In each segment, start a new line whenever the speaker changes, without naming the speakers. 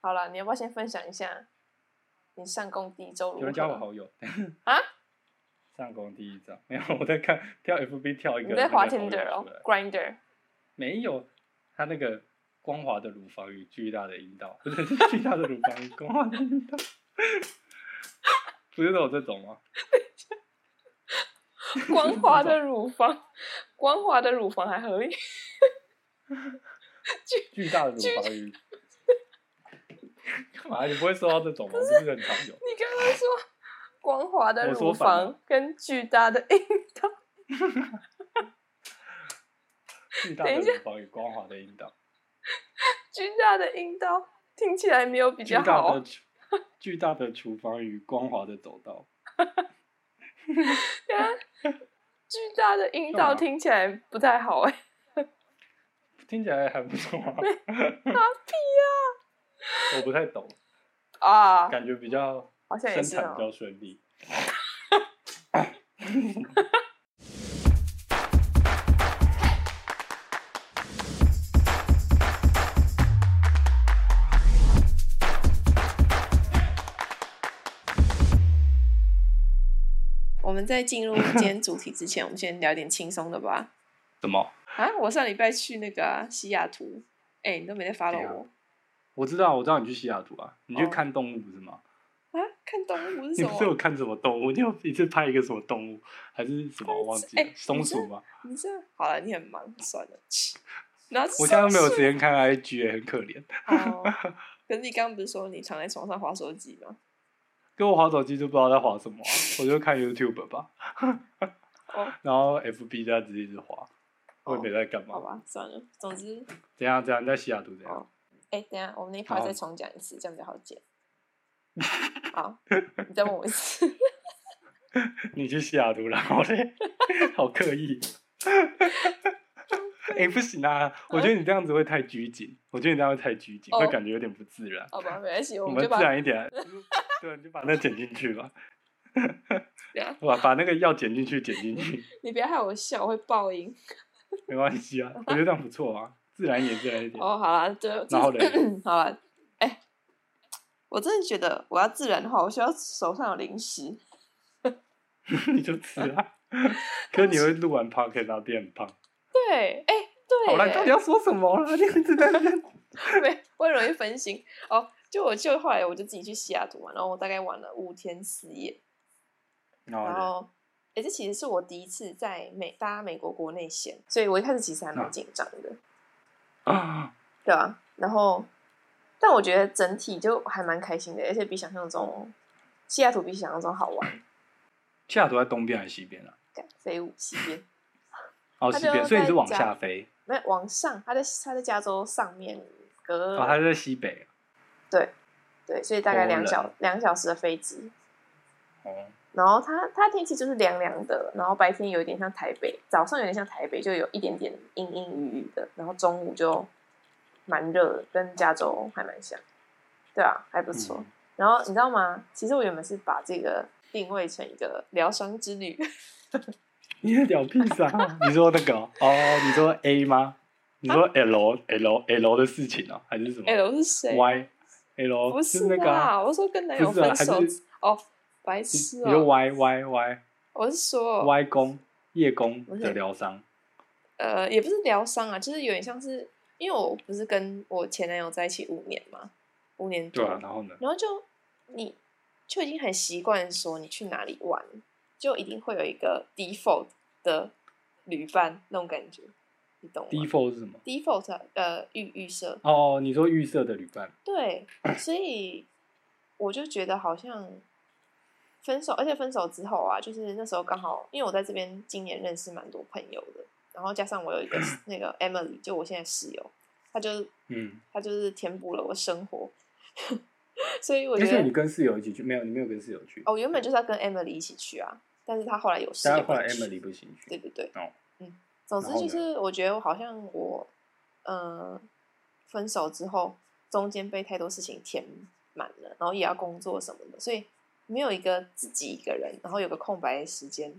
好了，你要不要先分享一下你上工第一周如何？
有人加我好友
啊？
上工第一张没有，我在看跳 FB 跳一个
你在滑
那个好友
Tinder 哦
出来
，Grinder，
没有，他那个光滑的乳房与巨大的阴道，不是是巨大的乳房与光滑的阴道， 不是都有这种吗？
光滑的乳房，光滑的乳房还合理。
巨大的乳 房与干嘛？你不会收到这种吗？不是很常有。
你刚刚说光滑的
我
乳
说反了
房跟巨大的阴道，
巨大的
等一下
乳房与光滑的 阴道，
巨大的阴道听起来没有比
巨
较
大
好
的，厨巨大的厨房与光滑的走道，
巨大的阴
干
道
嘛
听起来不太好 哎、
听起来还不错 啊。
啊屁
我不太懂，
呀啊！
感觉比较
好像也
生
是
产比
哦。
较顺利。
我们在进入今 天主题之前，我们先聊点轻松的吧。
什么？
啊，我上礼拜去那个啊、西雅图，哎、你都没在发了
怎样
我
我知道，我知道你去西雅图啊，你去
哦
看动物不是吗？
啊？看动物是
你
什
不是有
么？
看什么动物？你有一次拍一个什么动物，还是什么？我忘记
哎
了
你，知
松鼠吗？
你这好了，你很忙，算了。然后
我现在都没有
上
时间看 IG，也很可怜。
次哦， 可是你刚刚不是说你躺在床上划手机吗？
跟我滑手机就不知道在滑什么啊、我就看 YouTube 吧，
哦，
然后 FB 这样子一直滑，我也没在干
好
嘛。
吧，算了，总之，
怎样怎样？你在西雅图怎
哦
样？
哎、等一下我们那一趴
好
再重讲一次，这样比较好 剪。好，你再问我一次。
你去西雅图，然后嘞， 好刻 意。哎、不行啊！我觉得你这样子会太拘谨，我觉得你这样会太拘谨，
哦
会感觉有点不自然。
好吧，没关系，我
我
们
们
就
自
把
然 一点，对，你就把那剪进去吧，
等一下
把把那个要剪进去，剪进去，
你不要害我笑，我会爆音。
没关系啊，我觉得这样不错啊，自然一点，自然一点。
哦，好啦，这这
然后嘞，
好了，哎、我真的觉得我要自然的话，我需要手上有零食。
你就吃啊。可是你会录完 p o c k e t 然后变很胖。
对，哎、对，
好了，到底要说什么了？你一直在 那边。
对，我很容易分心。哦，就我就后来我就自己去西雅图玩，然后我大概玩了五天四夜，
然
然
后嘞，
后。哎、这其实是我第一次在美搭美国国内线，所以我一开始其实还蛮
啊
紧张的。
啊，
对啊，然后，但我觉得整体就还蛮开心的，而且比想象中，西雅图比想象中好玩。
西雅图在东边还是西边啊？
干飞舞西边，
哦，
它
西边，
就
所以
在
你是往
加
下飞，
没有往上，它在它在加州上面隔、
哦，它在西北。
对，所以大概
哦
两
冷
小两小时的飞机。
哦，
然后它它天气就是凉凉的，然后白天有一点像台北，早上有点像台北，就有一点点阴阴雨雨的，然后中午就蛮热的，跟加州还蛮像。对啊，还不错。
嗯
然后你知道吗？其实我原本是把这个定位成一个疗伤之旅，
你在聊屁啥？你说那个哦，哦你说 A 吗？你
啊
说 L L L 的事情哦，还是什么
哎、我是谁？
Y L？
不
就是那个啊
啦，我说跟男友
不是啊
分手
还是
哦，白
你
痴
你就
哦，
Y Y Y
我是说
Y 工夜工
不是
的疗伤，
呃，也不是疗伤啊，就是有点像是，因为我不是跟我前男友在一起五年嘛，五年多，
对啊，然后呢？
然后就你就已经很习惯说你去哪里玩，就一定会有一个 default 的旅伴那种感觉，你懂吗
default 是什么？
？default 啊呃预预设
哦，你说预设的旅伴，
对，所以我就觉得好像分手，而且分手之后啊，就是那时候刚好，因为我在这边今年认识蛮多朋友的，然后加上我有 一个那个 Emily，就我现在室友，她就
嗯，
她就是填补了我生活， 所以我
那
觉
所以你
得
跟室友一起去？没有，你没有跟室友去。
哦，原本就是要跟 Emily 一起去啊，但是她后来有事，
但
也
是
不
后来
能去
Emily 不行
对
去，
对对，
哦
嗯，总之
然后
就
呢
是我觉得我好像我，呃，分手之后中间被太多事情填满了，然后也要工作什么的，所以没有一个自己一个人，然后有个空白的时间，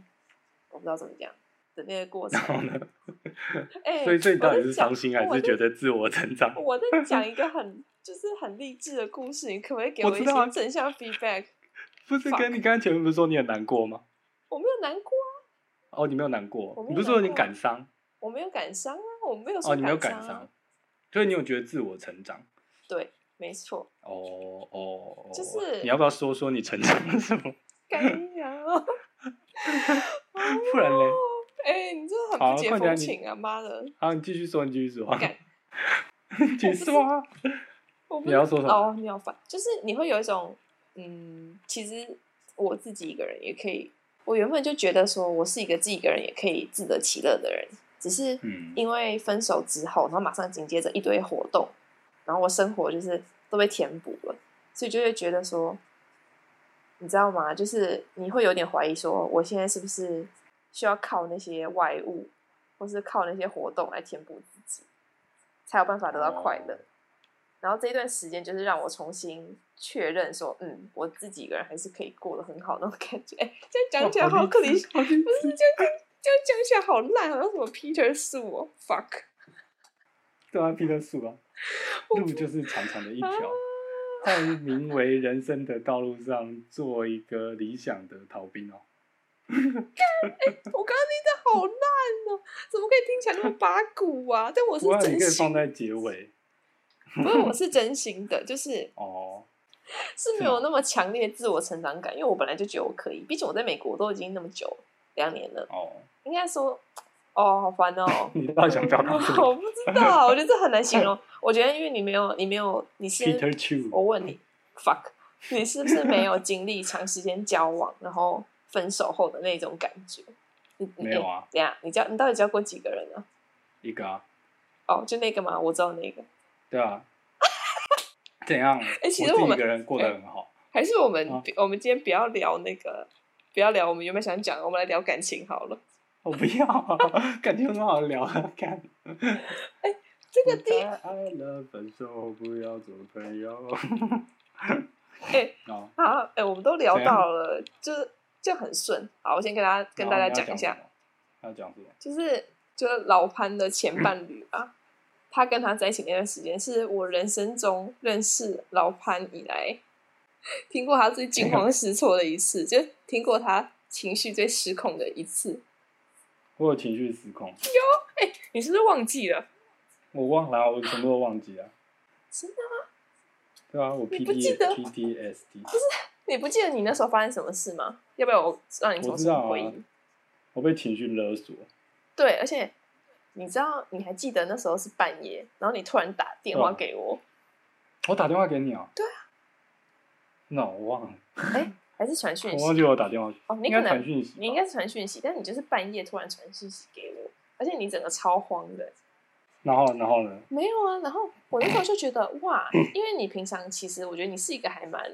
我不知道怎么讲的那个过程
然。后呢？
哎、
所以所以你到
我
底
在
是
讲
伤心还
我
是
在
觉得自我成长？
我在讲一个很就是很励志的故事，你可不可以给
我
我
知
一
道啊
些正向 feedback？
不是跟你刚才前面不是说你很难过吗？
我没有难过啊，
哦，你没有难过，
我没有
你不是说
难
你
过
感伤？
我没有感伤啊，我没有说
哦，你没有
感
感
伤啊
伤，，所以你有觉得自我成长？
对，没 错，
哦哦，
就
哦
是
你要不要说说你成长了什么？
干呀！
不然嘞，
哎，你真的
好
很不解
快点啊
风
你
情啊！妈的，
好，你继续说，你继续说，
干
继续说啊。
我不
你要说什么
哦，你好烦，就是你会有一种，嗯，其实我自己一个人也可以。我原本就觉得说我是一个自己一个人也可以自得其乐的人，只是
嗯，
因为分手之后，然后马上紧接着一堆活动，然后我生活就是都被填补了，所以就会觉得说，你知道吗？就是你会有点怀疑说，我现在是不是需要靠那些外物，或是靠那些活动来填补自己，才有办法得到快乐
哦。
然后这一段时间就是让我重新确认说，嗯，我自己一个人还是可以过得很好那种感觉。 哎，这样讲起来
哇
好
励
可
志
怜，
好励
不是
志
这样听，这样讲起来好烂，好像什么 Peter 树哦，fuck，
对啊，彼得 树啊，路就是长长的一
啊
条，在名为人生的道路上做一个理想的逃兵哦。
我刚刚那段好烂哦，怎么可以听起来那么八股啊？但我是
不过你
真
可以放
心，
在结尾
不是我是真心的，就是
哦。
是没有那么强烈自我成长感，因为我本来就觉得我可以，毕竟我在美国都已经那么久了两年了，
哦，。
应该说，哦，好烦哦
你到底想表达什 么
我不知道，我觉得这很难形容。我觉得因为你没有，你没有，你是
？Peter Chu，
我问你，fuck，你是不是没有经历长时间交往，然后分手后的那种感觉？你
没有啊？
你等一下，你交你到底交过几个人啊？
一个啊，
哦，就那个嘛，我知道那个。
对啊。怎样？
哎其实我
我自己
们
一个人过得很好。
还是我们、
啊
我们今天不要聊那个，不要聊我们原本想讲的，我们来聊感情好了。
我不要啊，感觉很好聊啊，看。
这
我
个第一，
太爱了，分手不要做朋友。
哎、
哦，
好，哎、我们都聊
怎样
到了，就是就很顺。好，我先跟大家跟大
然后
家
你要
讲一下，
什么，要讲什么？
就是就是老潘的前伴侣吧，他跟他在一起那段时间，是我人生中认识老潘以来，听过他最惊慌失措的一次，就听过他情绪最失控的一次。
我有情绪失控，
你是不是忘记了？
我忘了啊，我全部都忘记了。
真的
对啊，我
你
P
不
D
记得
P D S D，不是，
你不记得你那时候发生什么事吗？要不要我让你
我
重
知
新
道
回忆？
啊，我被情绪勒索，
对，而且你知道，你还记得那时候是半夜，然后你突然打电话
对啊
给我，
我打电话给你啊。对啊。那我忘了，
哎还是传讯
我
息？
忘记我打电话，
哦，你
应
可能
该传讯息吧。
你应该是传讯息，但你就是半夜突然传讯息给我，而且你整个超慌的。
然后，然后呢？
没有啊，然后我那时候就觉得哇，因为你平常其实我觉得你是一个还蛮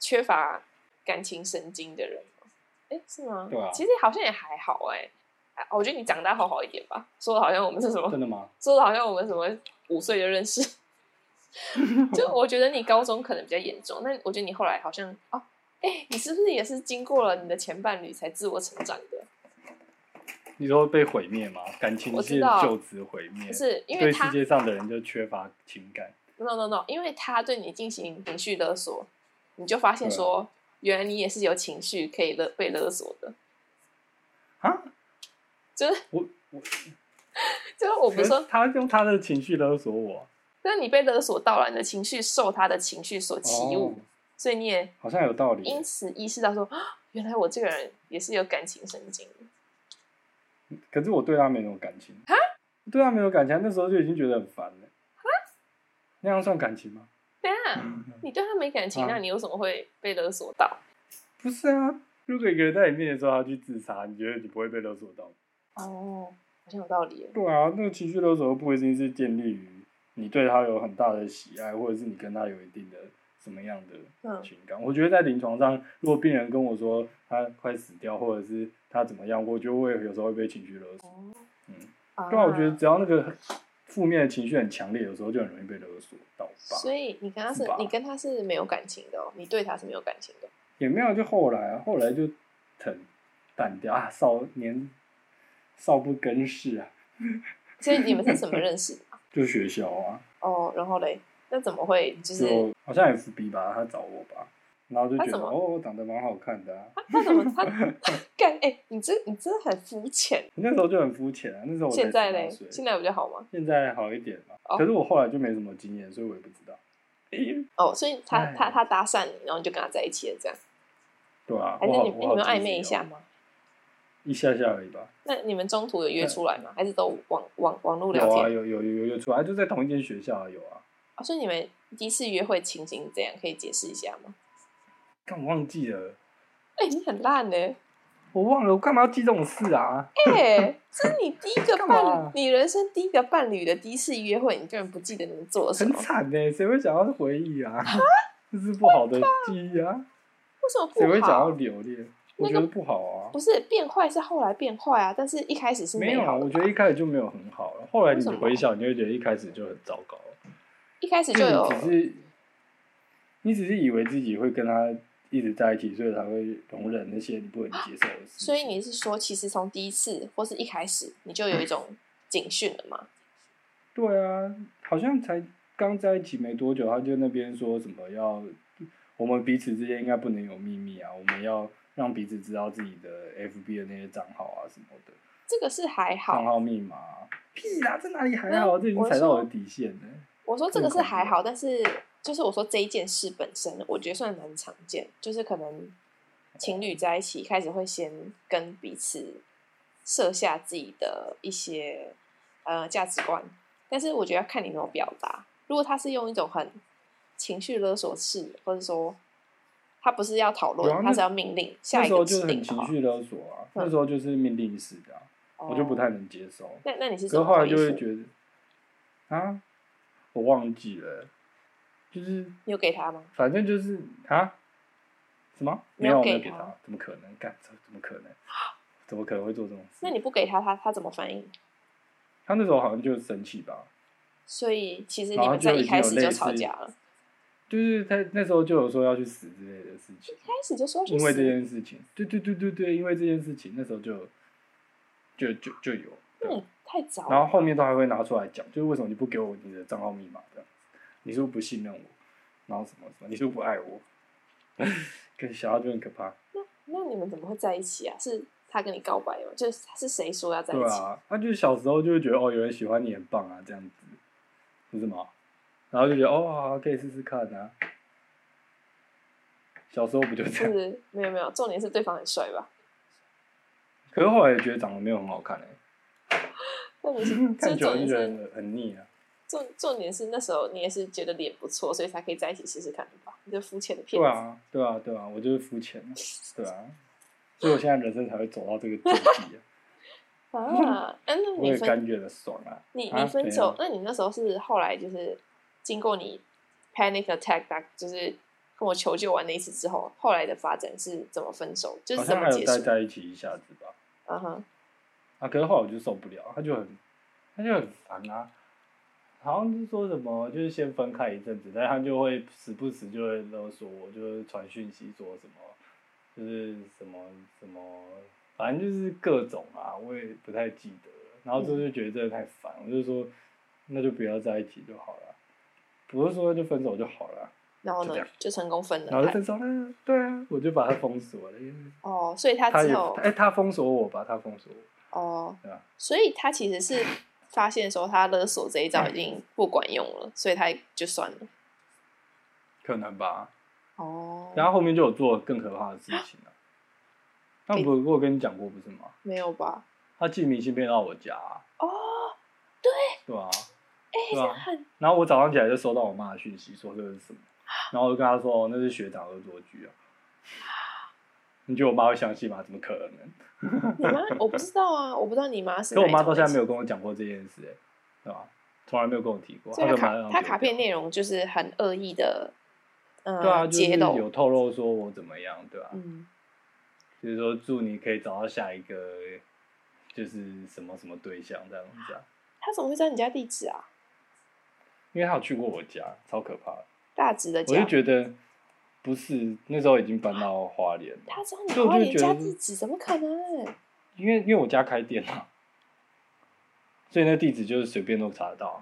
缺乏感情神经的人嘛，哎，是吗？
对啊
其实好像也还好哎、啊我觉得你长大后好一点吧，说的好像我们是什么
真，的吗？
说的好像我们什么五岁就 认识，就我觉得你高中可能比较严重，但我觉得你后来好像哦，哎，你是不是也是经过了你的前伴侣才自我成长的？
你说被毁灭吗？感情
我知
是
道
就此毁灭
不，是因为
对世
他
界上的人就缺乏情感。
no no no，因为他对你进行情绪勒索，你就发现
啊
说，原来你也是有情绪可以勒被勒索的。
啊？
就是
我我
就是我不
可
是
是
说，
他用他的情绪勒索我，
就是你被勒索到了，你的情绪受他的情绪所起
哦
舞，，所以你也
好像有道理。
因此意识到说，啊原来我这个人也是有感情神经的。
可是我对他没有感情啊，对他没有感情，那时候就已经觉得很烦了。那样算感情吗？
对啊，
嗯
你对他没感情，
啊
那你为什么会被勒索到？
不是啊，如果一个人在你面前说他去自杀，你觉得你不会被勒索到？
哦，好像有道理耶。
对啊，那个情绪勒索又不一定是建立于你对他有很大的喜爱，或者是你跟他有一定的什么样的
嗯
情感。我觉得在临床上，如果病人跟我说他快死掉，或者是他怎么样，我就会有时候会被情绪勒索。嗯，
哦
对啊，我觉得只要那个负面的情绪很强烈，有时候就很容易被勒索到吧。
所以你跟他是
是吧
你跟他是没有感情的哦，你对他是没有感情的。哦
也没有，就后来啊，后来就很淡掉啊，少年少不更事啊，
所以你们是怎么认识的？
就学校啊，
哦，然后嘞，那怎么会就是
就好像 FB 吧，他找我吧，然后就觉
他怎
得
么
哦，我长得蛮好看的、啊。
他怎么他干？哎、你这你真的很肤浅。
那时候就很肤浅啊，那时候我才
现在嘞
18岁，
现在比较好吗？
现在好一点吧。
哦
可是我后来就没什么经验，所以我也不知道。
哦，所以他
哎
他他搭讪你，然后你就跟他在一起了，这样？
对啊，
还是
我好
哎你
我
你
好
们
自
暧昧
己
一
哦
下吗？
一下下而已吧。
那你们中途有约出来吗？还是都网网网络聊
嗯有啊，
天？
有有有有出来，就在同一间学校啊，有啊。
啊所以你们第一次约会情形怎样？可以解释一下吗？
但我忘记了，
哎、你很烂呢、
我忘了，我干嘛要记这种事啊？
哎、这是你第一个
干
伴
嘛，
你人生第一个伴侣的第一次约会，你居然不记得你们做了什
很
么？
惨呢、谁会想要回忆啊？这是不好的记忆啊，
为什么
谁会
不
想要
好？
留恋？
那
我
个
觉得不好啊。
不是变坏是后来变坏啊，但是一开始是
没
美
有啊，
好的
我
吧
觉得一开始就没有很好了。后来
为
你
什么
回想，你会觉得一开始就很糟糕，
一开始就
因为
有
嗯你只是你只是以为自己会跟他一直在一起，所以才会容忍那些你不能接受的事情。
所以你是说，其实从第一次或是一开始，你就有一种警讯了吗？
对啊，好像才刚在一起没多久，他就那边说什么要我们彼此之间应该不能有秘密啊，我们要让彼此知道自己的 FB 的那些账号啊什么的，
这个是还
账
好，
号密码啊、屁啦，这哪里还
那
好？这已经
我
踩到
说
我的底线了。
我说这个是还好，但是就是我说这一件事本身，我觉得算蛮常见，就是可能情侣在一起开始会先跟彼此设下自己的一些呃价值观，但是我觉得要看你有没有表达。如果他是用一种很情绪勒索式的，或者说他不是要讨论，
有啊那
他是要命令下
那
一
时候
个
就
指
是
令
很
的话，
情绪勒索啊，那
嗯
时候就是命令式的啊、我就不
哦
太能接受。
那那你是
可是
怎么
后来
回
就会
复
觉得啊，我忘记了，就是
你有给他吗？
反正就是啊，什么
没
没
有
有
给
没有给
他
他，怎么可能干？这怎么 可能？怎么可能会做这种
那
事？
你不给他，他他怎么反应？
他那时候好像就生气吧，
所以其实
然
你
后
们在
就已
一
经
开
有
始
类
就吵
似
架了，
就是他那时候就有说要去死之类的事情，
一开始就说要去
因为这
死，
件事情，对对对对对，因为这件事情那时候就就就就有，
那
对
你太早
然后
了。
后面都还会拿出来讲，就是为什么你不给我你的账号密码这样子？你是不是不信任我？然后什么什么？你是不是不爱我？ 跟小孩就很可怕，
那你们怎么会在一起啊？是他跟你告白吗？就是是谁说要在一
对
起？
啊，他、就是小时候就会觉得哦，有人喜欢你很棒啊，这样子，是什么？然后就觉得哦，好啊可以试试看啊。小时候不就这
就
样？
是没有没有，重点是对方很帅吧？
可是后来也觉得长得没有很好看哎、
那 你是就
看
是
久
重
了就
点
觉得
是
很很腻啊。
重重点是那时候你也是觉得脸不错，所以才可以在一起试试看的吧？你这肤浅的骗
对
子。
啊，对啊，对啊，我就是肤 浅啊，对啊，所以我现在人生才会走到这个境地啊，
啊，哎那
我
你
也
分
甘愿的爽啊。
你
啊
你分
怎
手
样，
那你那时候是后来就是经过你 panic attack，大就是跟我求救完那一次之后，后来的发展是怎么分手？就
好
是怎
像
么
还
结
有待
束？
在一起一下子吧。
嗯哼，
啊，可是后来我就受不了，他就很，他就很烦啊。好像是说什么，就是先分开一阵子，但他就会时不时就会勒索我，就是传讯息说什么，就是什么什么，反正就是各种啊，我也不太记得了。然后这
嗯
就觉得真的太烦，我就说那就不要在一起就好了，不是说就分手就好了，
然后呢
就这样
就成功分
然后
了
就。分手了，对啊，我就把他封锁了，因为
哦，所以他
他也
之后
哎、他封锁我吧，他封锁我，
哦
对啊，
所以他其实是发现说他勒索这一招已经不管用了，所以他就算了。
可能吧，
哦，
然后后面就有做更可怕的事情了、那我我有跟你讲过不是吗？
没有吧？
他寄明信片到我家、啊，
哦，
对啊，
哎，
对
这
啊
很
然后我早上起来就收到我妈的讯息，说这是什么，然后我就跟她说、哦、那是学长恶作剧啊。你觉得我妈会相信吗？怎么可能？
你妈我不知道啊，我不知道你妈是。
可我妈到现在没。有跟我讲过这件事、欸，对吧？从来没有跟我提过。
所以他
她干嘛
卡
让
他
我丢
卡片
掉
内容就是很恶意的，呃，
对啊，就是
揭露，
有透露说我怎么样，对吧、
嗯，
就是说祝你可以找到下一个，就是什么什么对象这样子啊。
他怎么会知道你家地址啊？
因为他有去过我家，超可怕的。
大直的
我
家，
就觉得不是那时候已经搬到花莲了，
他知道你
所以我
花
就
莲
觉
家
得
地址，怎么可能？
因为因为我家开店啊，所以那地址就是随便都查得到啊。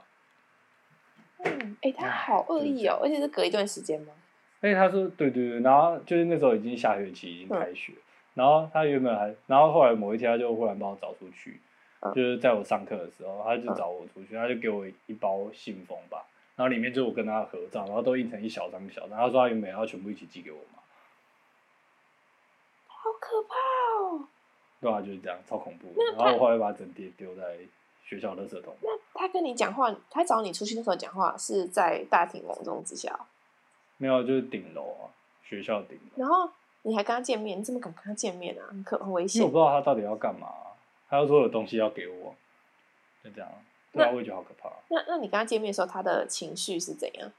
嗯，哎、他好恶意哦，而且是隔一段时间吗？
而且他说，对对对，然后就是那时候已经下学期已
嗯
经开学，然后他原本还，然后后来某一天他就忽然帮我找出去，
嗯
就是在我上课的时候，他就找我出去，他就给我一包信封吧，然后里面就是我跟他的合照，然后都印成一小张一小张，他说他原本要全部一起寄给我嘛，
好可怕哦！
对啊，就是这样，超恐怖的。然后我后来把整叠丢在学校的垃圾桶，
那他跟你讲话，他找你出去那时候讲话是在大庭广众之下哦，
没有，就是顶楼啊，学校顶楼，
然后你还跟他见面，你怎么敢跟他见面啊？很可很危
因为我
险
不。知道他到底要干嘛、他又说有东西要给我，就这样，对啊，我也觉得好可怕。
那那你跟他见面的时候，他的情绪是怎样？哦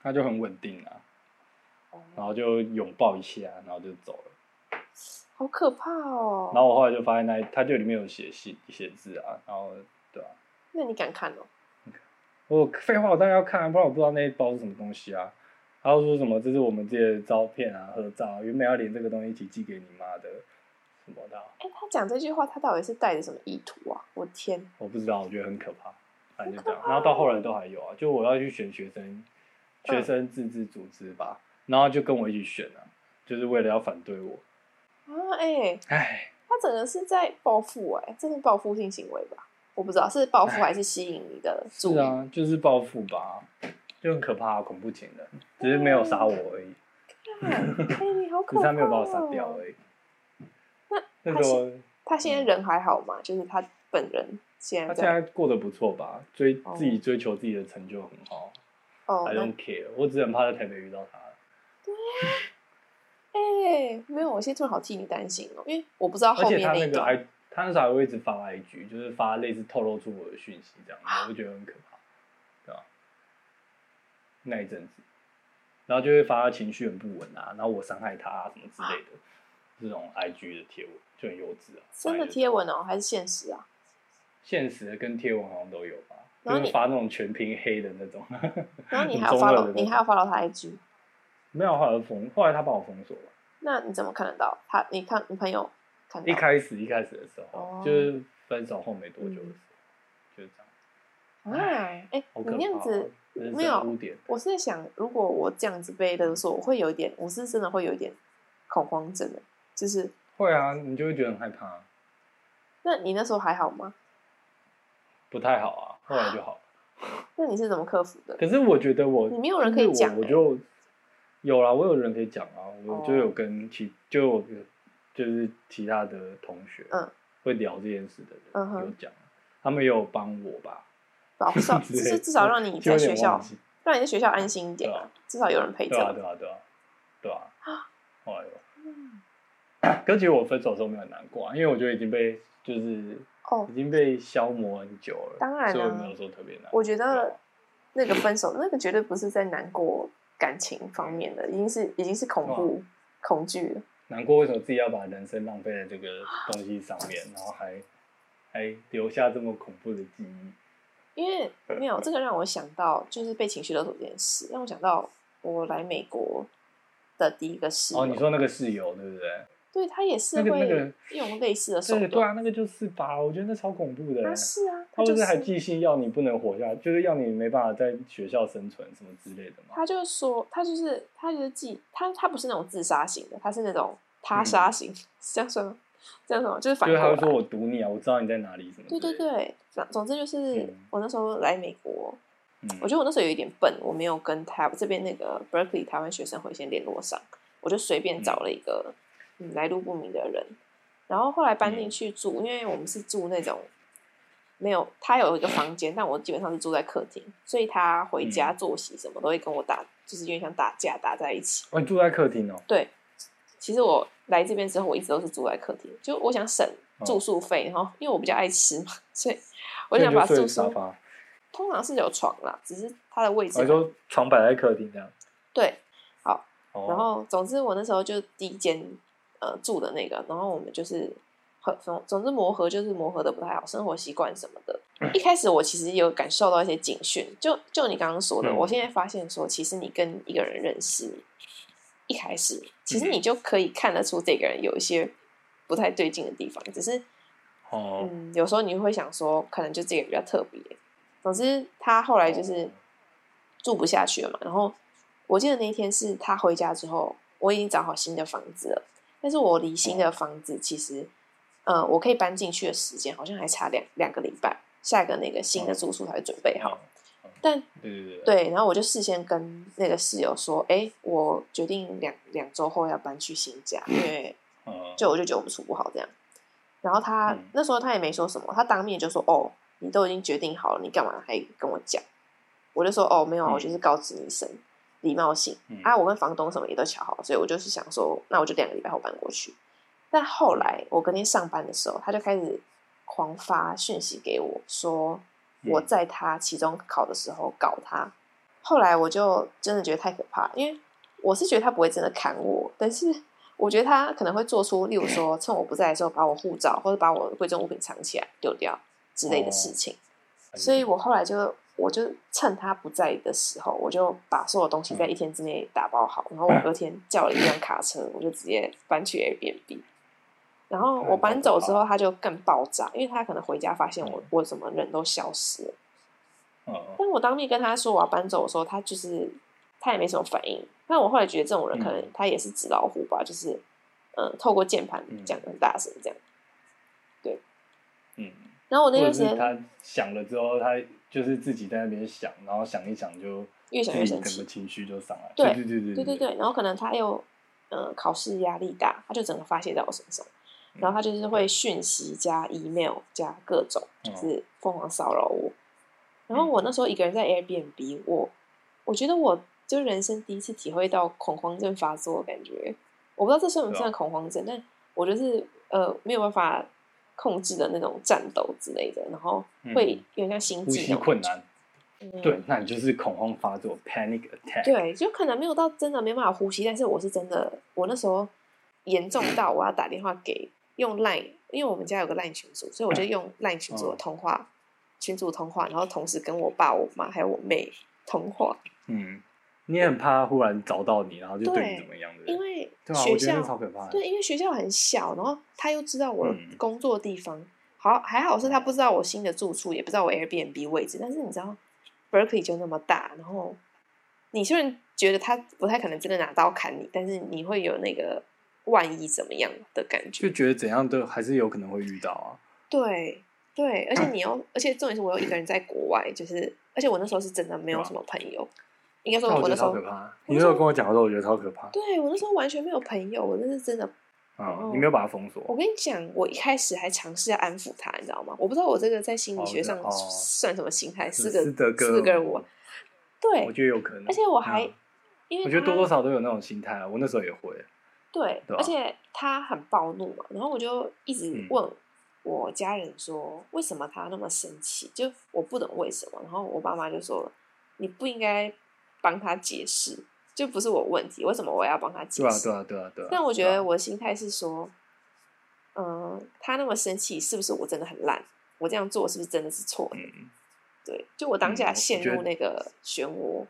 他就很稳定啊，然后就拥抱一下，然后就走了。
好可怕哦！
然后我后来就发现那一他就里面有写信、写字啊，然后对啊，
那你敢看哦？
我废话我当然要看、啊，不然我不知道那一包是什么东西啊。他又说什么这是我们自己的照片啊、合照、啊，原本要连这个东西一起寄给你妈的什么的啊、
哎、他讲这句话，他到底是带着什么意图啊？我天！
我不知道，我觉得很可怕。反正就这样，然后到后来都还有啊，就我要去选学生，学生自治组织吧，然后就跟我一起选啊，就是为了要反对我，
啊，哎、
唉。
他整个是在报复哎、这是报复性行为吧？我不知道是报复还是吸引你的注
哎是
意。
啊，就是报复吧，就很可怕、恐怖情人，只是没有杀我而已，
哎、你好
只
可怕、哦！
是他没有把我杀掉欸而已。那
他
时候
他现在人还好吗？就是他本人现
他
在
现
在
在过得不错吧，追
哦
自己追求自己的成就很好
哦，
，I
那
don't care，我只很怕在台北遇到他。
哎、没有，我现在突然好替你担心哦，因为我不知道
而
后
且
面
他那
一
个
段。
I，他那时候还会一直发 IG，就是发类似透露出我的讯息这样，我就觉得很可怕，对吧？那一阵子，然后就会发情绪很不稳啊，然后我伤害他、啊、什么之类的，这种 IG 的贴文就很幼稚啊。
真的
贴。
贴文哦，还是现实 啊？
现实跟贴文好像都有吧，
然后
就
你
是发那种全屏黑的那种。
然后你还有
很中二
follow，
的那种
你还有 follow 他 IG，
没有，后来封，后来他把我封锁了。
那你怎么看得到他？你看你朋友看
一
到？
开始一开始的时候，
哦嗯
就是分手后没多久的时候，就是这样。
哎哎、
好
你
可怕、哦
那样子，，
人
没有
生污点。
我是在想，如果我这样子被勒索，我会有一点，我是真的会有一点恐慌症的。就是，
会啊，你就会觉得很害怕，啊
那你那时候还好吗？
不太好啊。后来就好了。
那你是怎么克服 的？
可是我觉得我，
你没有人可以讲
就是
欸
我我就有啦，我有人可以讲啊，我
哦
就有跟其就有就是其他的同学，
嗯，
会聊这件事的人、
嗯哼
有讲，啊他们也有帮我吧，
保 少，就
对
是啊至少让你
就有
在
点
学校
忘，记
让你在学校安心一点啊，至少有人陪
对啊，
着。
对啊，对啊，对啊。 后来有，可是其实我分手的时候没有很难过、啊，因为我觉得已经被就是
哦
已，经被消磨很久了，
当然啊
所以我没有说特别难。
我觉得那个分手，那个绝对不是在难过感情方面的，已经是已经是恐
哦
怖恐惧了。
难过为什么自己要把人生浪费在这个东西上面，然后还还留下这么恐怖的记忆。
因为没有这个让我想到，就是被情绪勒索这件事，让我想到我来美国的第一个室友。
哦，你说那个室友对不对？
对他也是
那个那
会
个
用类似的手
对对
段。
啊，那个就是吧，我觉得那超恐怖的。欸
啊，是啊，
他
就
不是还寄信要你不能活下，就是要你没办法在学校生存什么之类的吗？
他就说，他就是他就是记他他不是那种自杀型的，他是那种他杀型， 是这样说吗？这样说吗？就是反
嗯就是
过
他
来
会。说我堵你啊，我知道你在哪里什么之
对
类的。
对对，总总之就是、
嗯
我那时候来美国，
嗯，
我觉得我那时候有一点笨，我没有跟台这边那个 Berkeley 台湾学生会先联络上，我就随便找了一个嗯来路不明的人，然后后来搬进去住，因为我们是住那种没有他有一个房间，但我基本上是住在客厅，所以他回家作息什么都会跟我打，就是有点像打架打在一起。
哦，你住在客厅哦，
对，其实我来这边之后，我一直都是住在客厅，就我想省住宿费，然后因为我比较爱吃嘛，所以我
哦所以
想
你就
把
睡
住
沙
宿
发，
通常是有床啦，只是它的位置
我说床摆在客厅这样。
对，好，
哦、
然后总之我那时候就第一间呃住的那个，然后我们就是很总总之磨合就是磨合的不太好，生活习惯什么的。
嗯
一开始我其实有感受到一些警讯，就就你刚刚说的，
嗯
我现在发现说，其实你跟一个人认识，一开始其
嗯
实你就可以看得出这个人有一些不太对劲的地方，只是
哦，
嗯，有时候你会想说，可能就这个人比较特别。总之，他后来就是住不下去了嘛。然后我记得那一天是他回家之后，我已经找好新的房子了，但是我离新的房子其实，呃，我可以搬进去的时间好像还差两两个礼拜，下一个那个新的住宿才会准备嗯
哦
好。但
对对对，
对，然后我就事先跟那个室友说，哎，我决定两两周后要搬去新家，因为
嗯，
就我就觉得我们处不好这样。然后他、
嗯
那时候他也没说什么，他当面就说：“哦，你都已经决定好了，你干嘛还跟我讲？”我就说：“哦，没有啊，
嗯
我就是告知你一声，礼貌性、
嗯
啊。我跟房东什么也都瞧好，所以我就是想说，那我就两个礼拜后搬过去。但后
嗯
来我隔天上班的时候，他就开始狂发讯息给我说，
嗯
我在他期中考的时候搞他。后来我就真的觉得太可怕了，因为我是觉得他不会真的砍我，但是我觉得他可能会做出，例如说趁我不在的时候把我护照或者把我贵重物品藏起来丢掉之类的事情。所以我后来就我就趁他不在的时候，我就把所有东西在一天之内打包好，然后我隔天叫了一辆卡车，我就直接搬去 Airbnb。然后我搬走之后，他就更爆炸，因为他可能回家发现我我怎么人都消失了。
嗯嗯
但我当面跟他说我要搬走的时候，他就是他也没什么反应。那我后来觉得这种人
嗯
可能他也是纸老虎吧，就是嗯、呃透过键盘
嗯
讲得很大声这样。
嗯，
然后我那
或者
段时
是
间
他想了之后，他就是自己在那边想，然后想一想就
越想越
自己
生
整
气
个，情绪就上来，
对
对对
对
对
对对，然后可能他又呃考试压力大，他就整个发泄在我身上，然后他就是会讯息加 email 加各种，
嗯
就是疯狂骚扰我。然后我那时候一个人在 Airbnb，我我觉得我就人生第一次体会到恐慌症发作的感觉，我不知道这算不
对啊
算恐慌症，但我就是呃没有办法控制的那种战斗之类的，然后会
嗯
有点像心
呼
悸
吸
那种
困
感觉，
难，
嗯
对，那你就是恐慌发作 （panic attack）。
对，就可能没有到真的没办法呼吸，但是我是真的，我那时候严重到我要打电话给用 Line，因为我们家有个 Line 群组，所以我就用 Line 群组的
嗯
通话、群组通话，然后同时跟我爸、我妈还有我妹通话，
嗯，你也很怕忽然找到你，然后就对你怎么样的，
因为
对啊，我
学
觉得
校、
那超可怕的。
对，因为学校很小，然后他又知道我
嗯
工作地方，好还好是他不知道我新的住处，也不知道我 Airbnb 位置，但是你知道 Berkeley 就那么大，然后你虽然觉得他不太可能真的拿刀砍你，但是你会有那个万一怎么样的感
就
觉，
觉得怎样都还是有可能会遇到啊。
对对，而且你又，而且重点是我又一个人在国外，就是而且我那时候是真的没有什么朋友，应该说
那我觉
那
得
时
超
候
可怕。你那时候跟我讲的时候，我觉得超可怕。
对我那时候完全没有朋友，我那是真的
嗯
哦，
你没有把它封
我
锁。
跟你讲，我一开始还尝试要安抚他，你知道吗？我不知道我这个在心理学上
哦我知道哦
算什么心态，
是
四个
斯德哥尔摩
四个人我，对
我，觉得有可能。
而且我还、
嗯
因为
我觉得
他
多多少少都有那种心态啊。我那时候也会。
对，
对
而
吧
且他很暴怒嘛，然后我就一直
嗯
问我家人说，为什么他那么生气？就我不懂为什么。然后我爸妈就说，你不应该帮他解释，就不是我问题，为什么我要帮他解
对啊，
释？
对啊，对啊，对啊。
但我觉
对
得
啊
我的心态是说，嗯、他那么生气，是不是我真的很烂？我这样做是不是真的是错的？
嗯，
对，就我当
嗯
下
我
陷
觉
入
得
那个漩涡，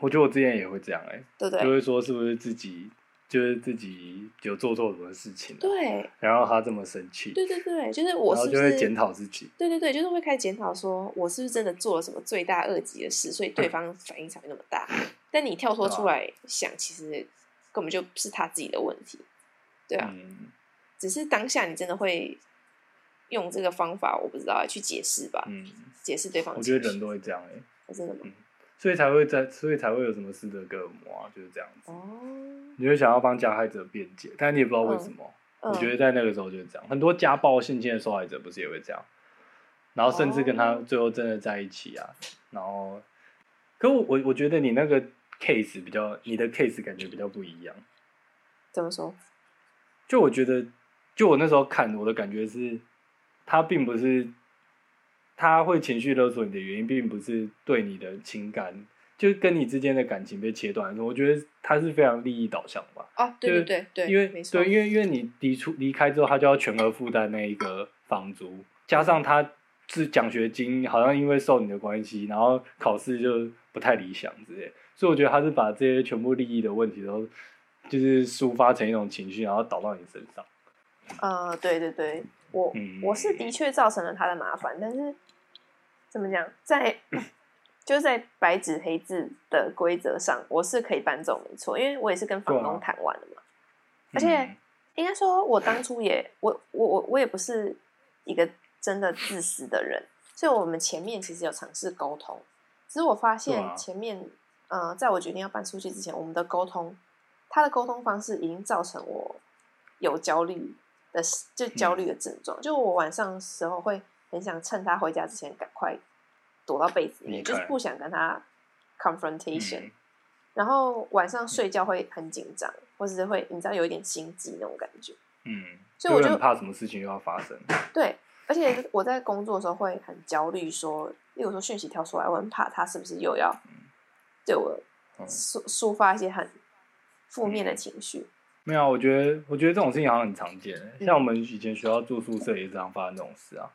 我觉得我之前也会这样哎，
对不
就
对？
会说是不是自己就是自己有做错什么事情啊，
对，
然后他这么生气，
对对对，就是我
然
是
后
不
就是会检讨自己。
对对对，就是会开始检讨，说我是不是真的做了什么罪大恶极的事，所以对方反应才会那么大。但你跳脱
对啊
出来想，其实根本就是他自己的问题，对啊。
嗯
只是当下你真的会用这个方法，我不知道去解释吧，
嗯，
解释对方
我
的
觉
情绪。
得人都会这样哎。
哦真的吗？
所以才会在，所以才会有什么斯德哥尔摩啊，就是这样子。
哦，嗯
你会想要帮加害者辩解，但你也不知道为什么。我觉得在那个时候就是这样，很多家暴性侵的受害者不是也会这样，然后甚至跟他
哦
最后真的在一起啊，然后，可我我我觉得你那个 case 比较，你的 case 感觉比较不一样。
怎么说？
就我觉得，就我那时候看，我的感觉是，他并不是他会情绪勒索你的原因，并不是对你的情感，就是跟你之间的感情被切断。我觉得他是非常利益导向吧，
哦，对
就是
对对对，
因为
没错，
对，因为因为你离出离开之后，他就要全额负担那一个房租，加
嗯
上他是奖学金，好像因为受你的关系，然后考试就不太理想之类，所以我觉得他是把这些全部利益的问题都就是抒发成一种情绪，然后导到你身上。
呃，对对对，我、
嗯
我是的确造成了他的麻烦，但是怎么讲，在就是在白纸黑字的规则上，我是可以搬走，没错，因为我也是跟房
对
东
啊
谈完了嘛。而
嗯
且应该说，我当初也，我我我我也不是一个真的自私的人，所以我们前面其实有尝试沟通，只是我发
对啊
现前面，呃，在我决定要搬出去之前，我们的沟通，他的沟通方式已经造成我有焦虑的，就焦
嗯
虑的症状，就我晚上的时候会很想趁他回家之前赶快躲到被子里面，
离
就
开
是不想跟他 confrontation，、
嗯
然后晚上睡觉会很紧张，或者是会你知道有一点心悸那种感觉。
嗯，
所以我
就
就
很怕什么事情又要发生。
对，而且我在工作的时候会很焦虑，说，例如说讯息跳出来，我很怕他是不是又要对我
嗯
抒抒发一些很负面的情绪。
没有啊，我觉得我觉得这种事情好像很常见欸，
嗯
像我们以前学校住宿舍也是常发生这种事啊。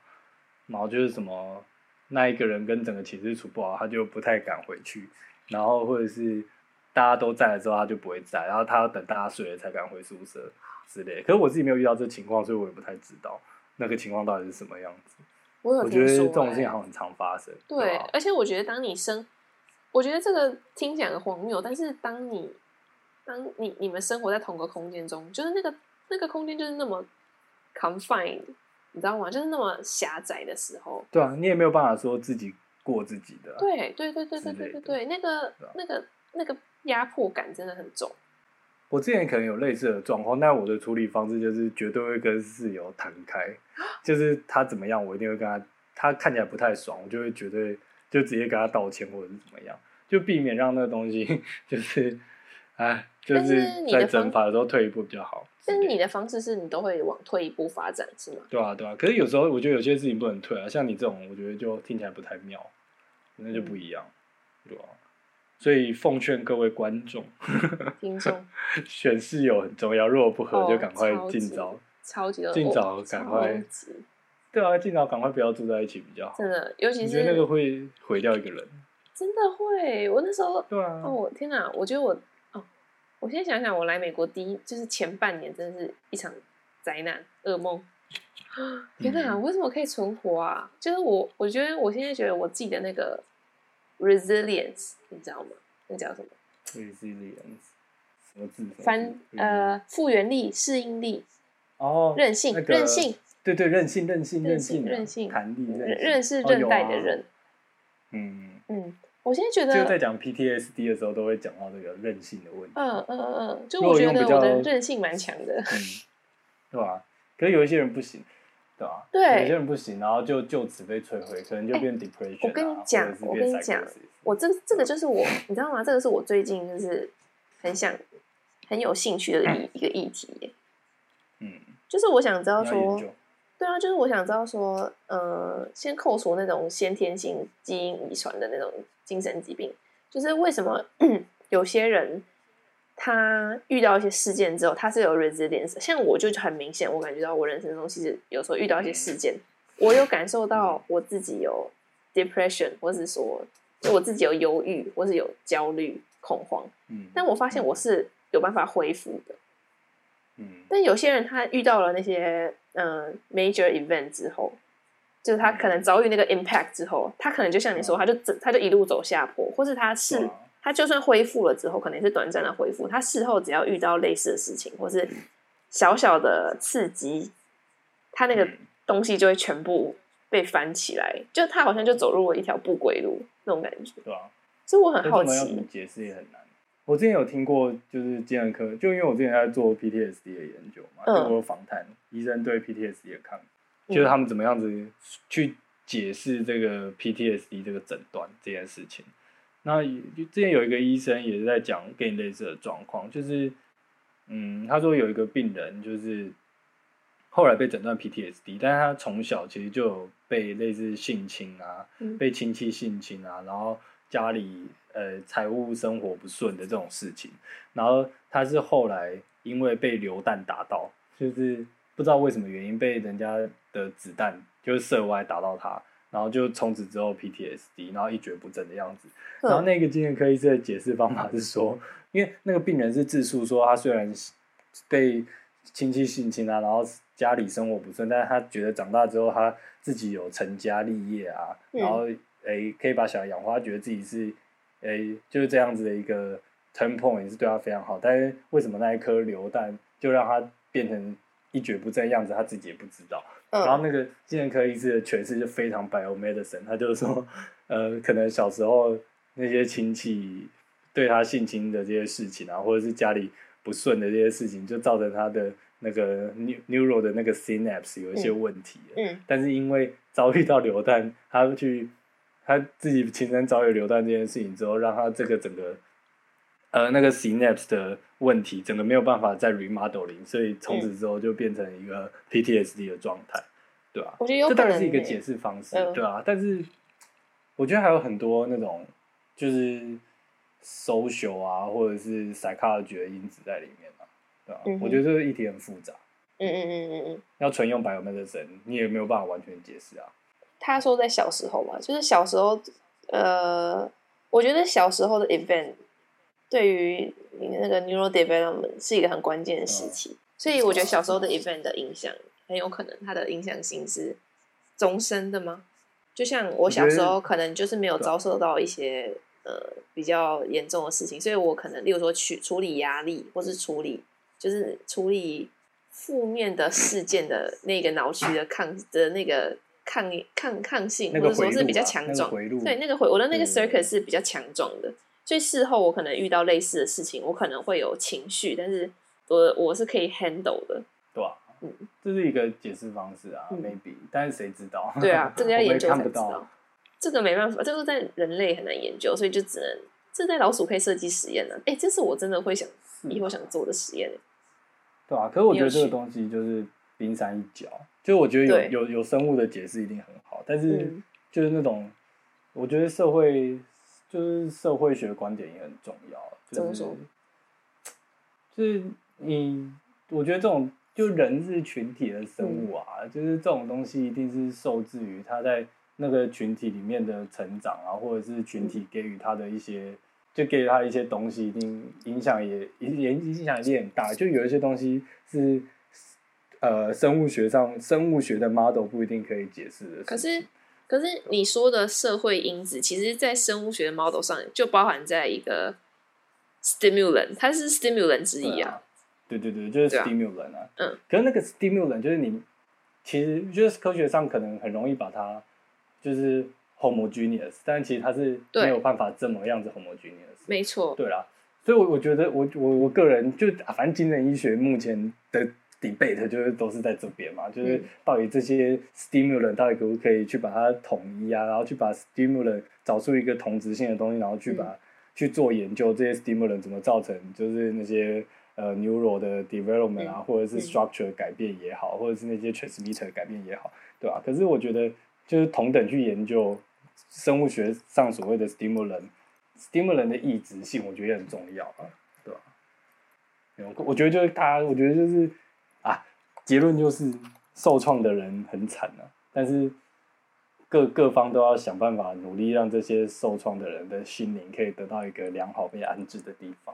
然后就是什么那一个人跟整个寝室处不好，他就不太敢回去，然后或者是大家都在的时候他就不会在，然后他要等大家睡了才敢回宿舍之类的。可是我自己没有遇到这情况，所以我也不太知道那个情况到底是什么样子。
我有
我觉
听
得
说、
这种事情
欸
好像很常发生，
对，
吧
而且我觉得当你生，我觉得这个听起来很荒谬，但是当你当你你们生活在同个空间中，就是那个那个空间就是那么 confined，你知道吗？就是那么狭窄的时候，
对啊，你也没有办法说自己过自己的啊、
对对对对对
之类
对对
的
对，那个
对啊
那个那个压迫感真的很重。
我之前可能有类似的状况，但我的处理方式就是绝对会跟室友谈开， 就是他怎么样，我一定会跟他，他看起来不太爽，我就会绝对就直接跟他道歉或者是怎么样，就避免让那个东西 就是，哎，就
但是你的
在
方
整法的时候退一步比较好之
但
类的。
是你的方式是你都会往退一步发展，是吗？
对啊，对啊。可是有时候我觉得有些事情不能退啊，像你这种，我觉得就听起来不太妙，那就不
嗯
一样，对吧、啊所以奉劝各位观众，
听众
选室友很重要，如果不合
哦
就赶快
超级
尽早。
超级的
尽早
哦
赶快
超级
对啊，尽早赶快不要住在一起比较好。
真的，尤其哦
你
是
觉得那个会毁掉一个人？
真的会，我那时候
对啊，
哦，我天哪！我觉得我哦，我现在想想，我来美国第一就是前半年，真的是一场灾难噩梦。天哪！
嗯
为什么可以存活啊？就是我，我觉得我现在觉得我自己的那个 resilience，你知道吗？那叫什么？
resilience 什么字？
翻
嗯
呃复原力、适应力、
哦，
韧性、
那个
韧性、
对对，韧性，韧性，
韧
性
性
啊，
韧性
弹力，
韧
韧性
韧是韧带的。
哦有
韧
啊。嗯，
嗯，我现在觉
就在
得，
讲 PTSD 的时候，都会讲到这个韧性的问题。
嗯嗯嗯嗯，就
如果
我觉
用
得
比较
我的韧性蛮强的。
嗯，对吧、可是有一些人不行，对吧、
对哎
有些人不行，然后就就此被摧毁，可能就变 depression 啊、
我跟你讲
或者是
我
变
跟你讲
psychosis
我这这个就是我，你知道吗？这个是我最近就是很想、很有兴趣的一一个议题耶，
嗯，
就是我想知道
你要研
说，
究，
对啊，就是我想知道说，呃，先扣除那种先天性基因遗传的那种精神疾病，就是为什么 有些人他遇到一些事件之后，他是有 resilience，的像我就很明显，我感觉到我人生中其实有时候遇到一些事件，我有感受到我自己有 depression，或是说就我自己有忧郁，或是有焦虑、恐慌，
嗯，
但我发现我是有办法恢复的。
嗯，
但有些人他遇到了那些嗯、呃 major event 之后，就是他可能遭遇那个 impact 之后，他可能就像你说，
嗯
他就整他就一路走下坡，或是他
对
是
啊
他就算恢复了之后，可能也是短暂的恢复，他事后只要遇到类似的事情，或是
嗯
小小的刺激，他那个
嗯
东西就会全部被翻起来，就他好像就走入了一条不归路那种感觉，
对吧、
所以我
但
很
这
好
种要怎么
奇，
解释也很难。我之前有听过，就是精神科，就因为我之前在做 PTSD 的研究嘛，
嗯
就我有访谈医生对 PTSD 的看法，
嗯
就是他们怎么样子去解释这个 PTSD 这个诊断这件事情。那也之前有一个医生也是在讲跟你类似的状况，就是嗯，他说有一个病人就是后来被诊断 PTSD，但是他从小其实就有被类似性侵啊，
嗯
被亲戚性侵啊，然后家里呃财务生活不顺的这种事情，然后他是后来因为被流弹打到，就是不知道为什么原因被人家的子弹就是射歪打到他，然后就从此之后 PTSD，然后一蹶不振的样子。然后
嗯
那个精神科医生的解释方法是说，因为那个病人是自述说，他虽然被亲戚性侵啊，然后家里生活不顺，但是他觉得长大之后他自己有成家立业啊，
嗯
然后诶、可以把小孩养活，他觉得自己是诶、就是这样子的一个 turn point 也是对他非常好，但是为什么那一颗流弹就让他变成一蹶不振的样子，他自己也不知道。然
嗯
后那个精神科医师的诠释就非常 biomedicine，他就是说，呃，可能小时候那些亲戚对他性侵的这些事情啊，或者是家里不顺的这些事情，就造成他的那个 neu- neural 的那个 synapse 有一些问题了。
嗯
但是因为遭遇到流弹，他去他自己亲身遭遇流弹这件事情之后，让他这个整个呃那个 synapse 的问题，整个没有办法再 remodeling，所以
嗯
从此之后就变成一个 PTSD 的状态，对吧、
我觉得有
这
可
当
能
然是一个
欸
解释方式，
嗯
对啊，但是我觉得还有很多那种就是 social 啊，或者是 psychology 的因子在里面啊，对吧、
嗯哼
我觉得这个议题很复杂。
嗯嗯嗯嗯嗯。
要纯用 biomedicine，你也没有办法完全解释啊。
他说在小时候嘛，就是小时候，呃，我觉得小时候的 event 对于你那个 neural development 是一个很关键的时期，所以我觉得小时候的 event 的影响很有可能它的影响性是终身的吗？就像我小时候可能就是没有遭受到一些呃比较严重的事情，所以我可能例如说去处理压力，或是处理就是处理负面的事件的那个脑区的抗的那个抗抗抗性，
那
或
个
者说
回路、啊、
是比较强
那个
壮。
回路，嗯
对，那个回我的那个
对对
circuit
对
是比较强壮的，所以事后我可能遇到类似的事情，我可能会有情绪，但是我我是可以 handle 的。
对吧、
嗯
这是一个解释方式啊、
嗯
m a y b e 但是谁知道？
对 啊，这个要
嗯我们也
研究才
看不
知道
到。。
这个没办法，这个在人类很难研究，所以就只能这在老鼠可以设计实验呢、啊。哎，这是我真的会想
是
以后想做的实验、欸
对啊，可是我觉得这
很有
个
趣
东西就是冰山一角，就我觉得
对
有有有生物的解释一定很好，但是
嗯
就是那种，我觉得社会就是社会学观点也很重要，
怎
就
么
是
说
就是你，我觉得这种就人是群体的生物啊，
嗯
就是这种东西一定是受制于他在那个群体里面的成长啊，或者是群
嗯
体给予他的一些。就给他一些东西，一定影响也也影响也很大。就有一些东西是，呃，生物学上生物学的 model 不一定可以解释的事情。
可是，可是你说的社会因子，其实，在生物学的 model 上就包含在一个 stimulant，它是 stimulant 之一
对
啊
啊。对对对，就是
对啊
stimulant 啊。
嗯。
可是那个 stimulant 就是你，其实就是科学上可能很容易把它就是 homogeneous，但其实它是
对
没有办法这么样子 homogeneous。
没错，
对啦，所以我我觉得我我我个人就啊反正精神医学目前的 debate 就是都是在这边嘛，就是
嗯
到底这些 stimulant 到底可不可以去把它统一啊，然后去把 stimulant 找出一个同质性的东西，然后去把、
嗯
去做研究，这些 stimulant 怎么造成就是那些。呃，neural 的 development 啊，
嗯
或者是
嗯
structure 的改变也好，或者是那些 transmitter 的改变也好，对吧、可是我觉得，就是同等去研究生物学上所谓的 stimulant，stimulant 的抑制性，我觉得也很重要啊，对吧、我我觉得就是大家，我觉得就是啊，结论就是受创的人很惨啊，但是各各方都要想办法努力，让这些受创的人的心灵可以得到一个良好被安置的地方。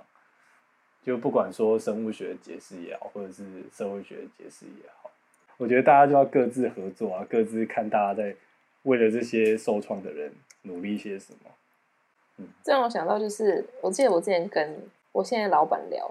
就不管说生物学的解释也好，或者是社会学的解释也好，我觉得大家就要各自合作啊，各自看大家在为了这些受创的人努力些什么。
这让我想到，就是我记得我之前跟我现在老板聊，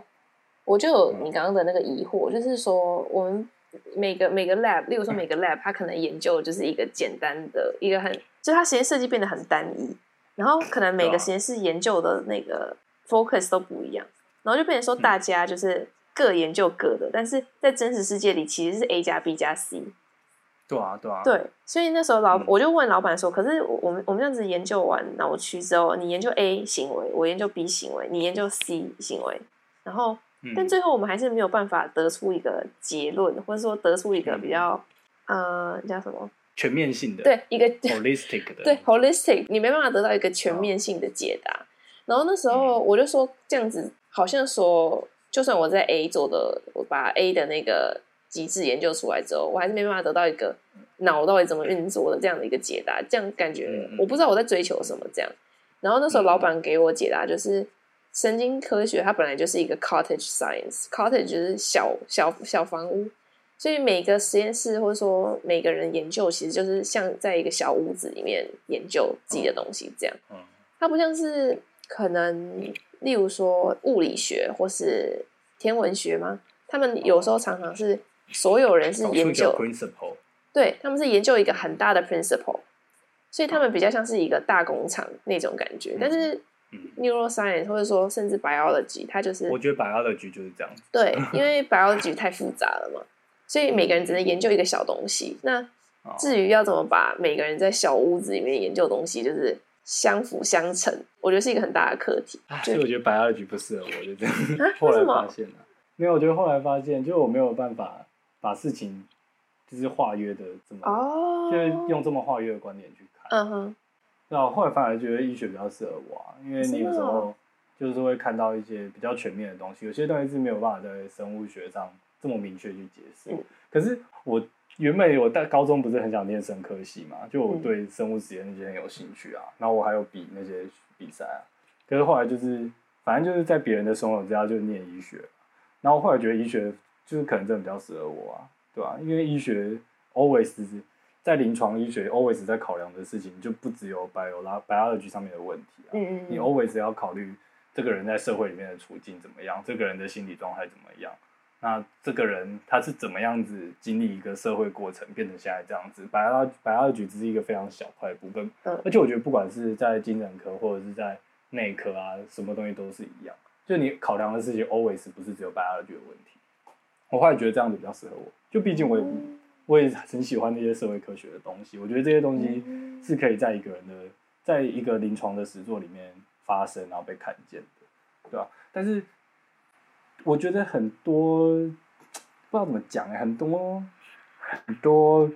我就有
嗯
你刚刚的那个疑惑，就是说我们每个每个 lab，例如说每个 lab，它可能研究的就是一个简单的一个很，就它实验设计变得很单一，然后可能每
对
个
啊
实验室研究的那个 focus 都不一样，然后就变成说
嗯
大家就是各研究各的，但是在真实世界里其实是 A 加 B 加 C，
对啊，对啊，
对，所以那时候老、
嗯
我就问老板说，可是我我们我们这样子研究完脑区之后，你研究 A 行为，我研究 B 行为，你研究 C 行为，然后
嗯
但最后我们还是没有办法得出一个结论，或者说得出一个
嗯
比较、呃叫什么？
全面性的，
对，一个
holistic 的，
对 holistic，你没办法得到一个全面性的解答。然后那时候
嗯
我就说，这样子好像说，就算我在 A 做的，我把 A 的那个机制研究出来之后，我还是没办法得到一个脑到底怎么运作的这样的一个解答。这样感觉
嗯嗯
我不知道我在追求什么这样。然后那时候
嗯
老板给我解答就是。神经科学它本来就是一个 cottage science，cottage 就是小小小房屋，所以每个实验室或者说每个人研究，其实就是像在一个小屋子里面研究自己的东西这样。
嗯，
它不像是可能，例如说物理学或是天文学吗？他们有时候常常是所有人是
找出
研
一个
究，
principle，
对，他们是研究一个很大的 principle，所以他们比较像是一个大工厂那种感觉。但是
哦嗯，
neuroscience 或者说甚至 biology，它就是
我觉得 biology 就是这样子，
对，因为 biology 太复杂了嘛，所以每个人只能研究一个小东西。那
哦
至于要怎么把每个人在小屋子里面研究的东西，就是相辅相成，我觉得是一个很大的课题。
哎
就
所以我觉得 biology 不适合我，就这样。
啊，
后
为什
来发
么？
现了，
没有，我觉得后来发现，就是我没有办法把事情就是化约的这么，
哦，
就是用这么化约的观点去看。
嗯哼，
那、啊我后来反而觉得医学比较适合我、啊，因为你有时
真的
候
哦
就是会看到一些比较全面的东西，有些东西是没有办法在生物学上这么明确去解释。
嗯
可是我原本我在高中不是很想念生科系嘛，就我
嗯
对生物实验那些很有兴趣啊，然后我还有比那些比赛啊，可是后来就是反正就是在别人的怂恿之下就念医学，然后后来觉得医学就是可能真的比较适合我啊，对吧、因为医学 always 在临床医学 always 在考量的事情就不只有 bio 啦 biology 上面的问题啊，
嗯
你
嗯
always 要考虑这个人在社会里面的处境怎么样，这个人的心理状态怎么样，那这个人他是怎么样子经历一个社会过程，变成现在这样子。白蜡白蜡菊只是一个非常小块的部分，
嗯
而且我觉得不管是在精神科或者是在内科啊，什么东西都是一样，就你考量的事情 always 不是只有白蜡菊的问题。我后来觉得这样子比较适合我，就毕竟我也、
嗯
我也很喜欢那些社会科学的东西，我觉得这些东西
嗯
是可以在一个人的在一个临床的实作里面发生，然后被看见的，对吧、但是我觉得很多不知道怎么讲、欸，很多很多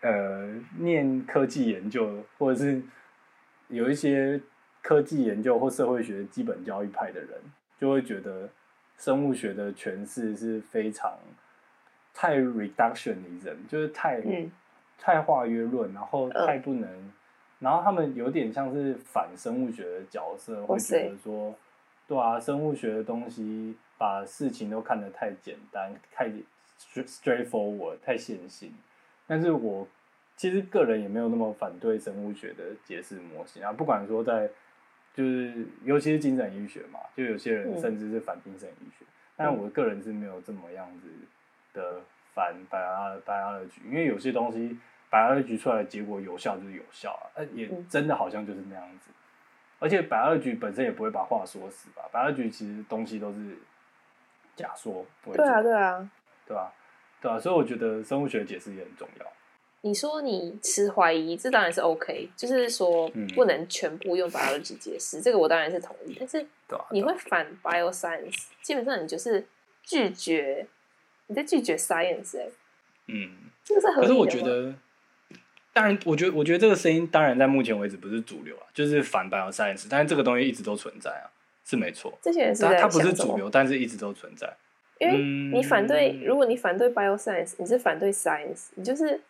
呃，念科技研究或者是有一些科技研究或社会学基本教育派的人，就会觉得生物学的诠释是非常太 reductionism，就是太、
嗯
太化约论，然后
嗯
太不能，然后他们有点像是反生物学的角色，会
哇塞
觉得说，对啊，生物学的东西把事情都看得太简单，太 stra- straightforward，太线性。但是我其实个人也没有那么反对生物学的解释模型啊，不管说在就是尤其是精神医学嘛，就有些人
嗯
甚至是反精神医学，但我个人是没有这么样子的反白阿白阿的局，因为有些东西白阿的局出来的结果有效就是有效啊，呃也
嗯
真的好像就是那样子。而且白二局本身也不会把话说死吧，白二局其实东西都是假说为主，
对啊，对啊。
对吧？对啊，所以我觉得生物学解释也很重要。
你说你持怀疑，这当然是 OK，就是说
嗯
不能全部用 biology 解释，这个我当然是同意。但是
对啊
你会反 bioscience，基本上你就是拒绝，你在拒绝 science，、欸、
嗯，
这个是合
可
理
是
的吗。
我觉得，当然，我觉得我觉得这个声音当然在目前为止不是主流啊，就是反 bio science，但是这个东西一直都存在啊，是没错。
这些人是
它
在
它不是
想什
主
么
流，但是一直都存在。
因为你反对，
嗯
如果你反对 bioscience，你是反对 science，你就是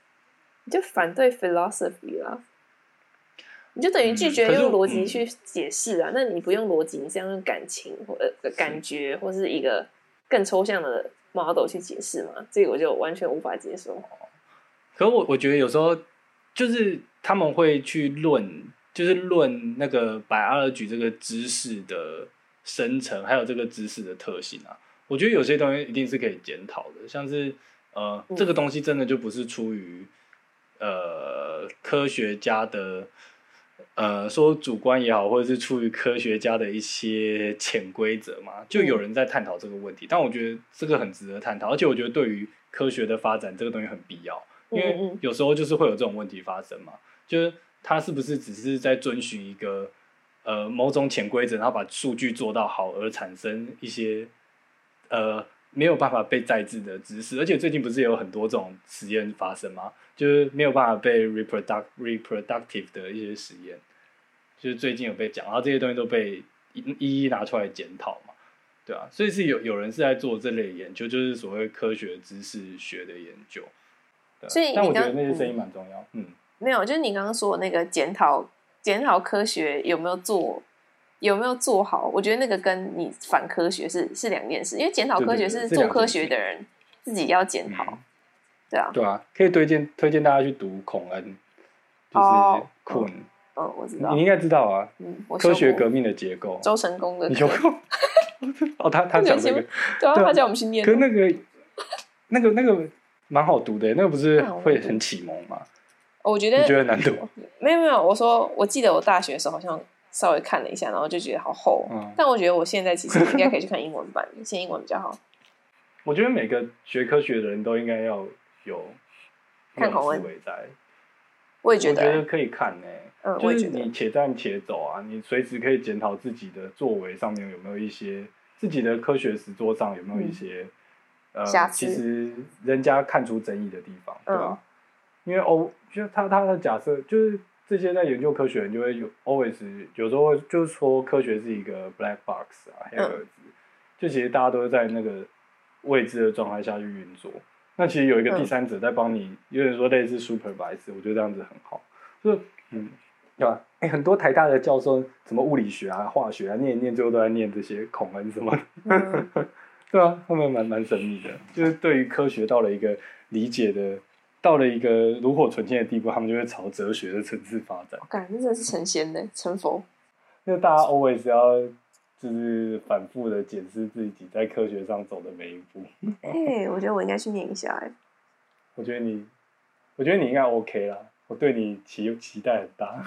你就反对 philosophy 啦，你就等于拒
嗯可
绝
是
用逻
嗯
辑去解释啊。那你不用逻辑，你是要用感情或呃感觉，或是一个更抽象的 model 去解释嘛？这个我就完全无法接受。
可我我觉得有时候就是他们会去论，就是论那个白阿尔举这个知识的生成，还有这个知识的特性啊。我觉得有些东西一定是可以检讨的，像是呃，
嗯
这个东西真的就不是出于呃科学家的呃说主观也好，或者是出于科学家的一些潜规则嘛，就有人在探讨这个问题。但我觉得这个很值得探讨，而且我觉得对于科学的发展，这个东西很必要。因
嗯
为
嗯
有时候就是会有这种问题发生嘛，就是他是不是只是在遵循一个呃某种潜规则，然后把数据做到好而产生一些呃没有办法被再制的知识，而且最近不是也有很多这种实验发生吗？就是没有办法被 reproduct reproductive 的一些实验，就是最近有被讲，然后这些东西都被一一一拿出来检讨嘛。对啊，所以是有有人是在做这类研究，就是所谓科学知识学的研究。对啊
所以
但
你
我觉
刚
得那些声音蛮重要。嗯，
没有，就是你刚刚说的那个检讨检讨科学有没有做有没有做好，我觉得那个跟你反科学是是两件事，因为检讨科学
对对对
是
是
做
两件
科学的人自己要检讨，
嗯
对啊，
对啊，可以推荐推荐大家去读孔恩，就是
哦
孔，
嗯，我知道
你，应该知道啊，
嗯，我修
科学
过
革命的结构，
周成功的
你
课，
有空？ 哦，他他讲这
你有
个
听，对啊，
对啊
他叫我们去念
可，是那个那个那个蛮好读的，欸那个不是
那好
会
读
很启蒙吗？
哦我觉
你
得
觉得难读？
没有没有，我说我记得我大学的时候好像稍微看了一下，然后就觉得好厚哦，
嗯
但我觉得我现在其实应该可以去看英文版， 现在英文比较好。
我觉得每个学科学的人都应该要有
看孔
文
文
思维在，
我也
我
觉
觉
得，
得可以看呢、
嗯，我
就
也觉
是
得，
你且战且走啊，你随时可以检讨自己的作为上面有没有一些自己的科学实作上有没有一些、
嗯瑕
呃，
疵
其实人家看出争议的地方，对吧？
嗯
因为哦，就他他的假设就是这些在研究科学人就会有 always 有时候会就是说科学是一个 black box 啊黑
嗯
盒子，就其实大家都是在那个未知的状态下去运作。那其实有一
嗯
个第三者在帮你，有点说类似 supervise，我觉得这样子很好。就是嗯，对吧？哎、很多台大的教授，什么物理学啊、化学啊，念一念，最后都在念这些孔恩什么的，
嗯
对啊，他们蛮蛮神秘的，就是对于科学到了一个理解的，到了一个炉火纯青的地步，他们就会朝哲学的层次发展。
感觉真的是成仙的，成佛。
那大家 always 要就是反复的检视自己在科学上走的每一步。
哎、我觉得我应该去念一下、哎，
我觉得你，我觉得你应该 OK 啦，我对你期期待很大。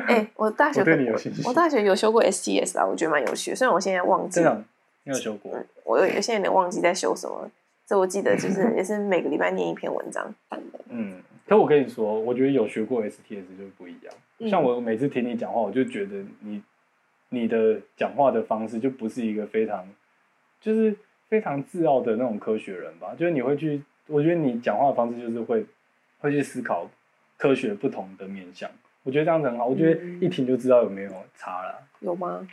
哎、我大学
我对你有信心
我大学有修过 STS 啊，我觉得蛮有趣的。虽然我现在忘记
真，的，啊你有修过？
嗯我有我现在有点忘记在修什么。这我记得就是 也是每个礼拜念一篇文章，
嗯，可我跟你说，我觉得有学过 STS 就不一样。
嗯
像我每次听你讲话，我就觉得你你的讲话的方式就不是一个非常就是非常自傲的那种科学人吧。就是你会去，我觉得你讲话的方式就是会会去思考科学不同的面向。我觉得这样子很好，我觉得一听就知道有没有差啦。
有吗？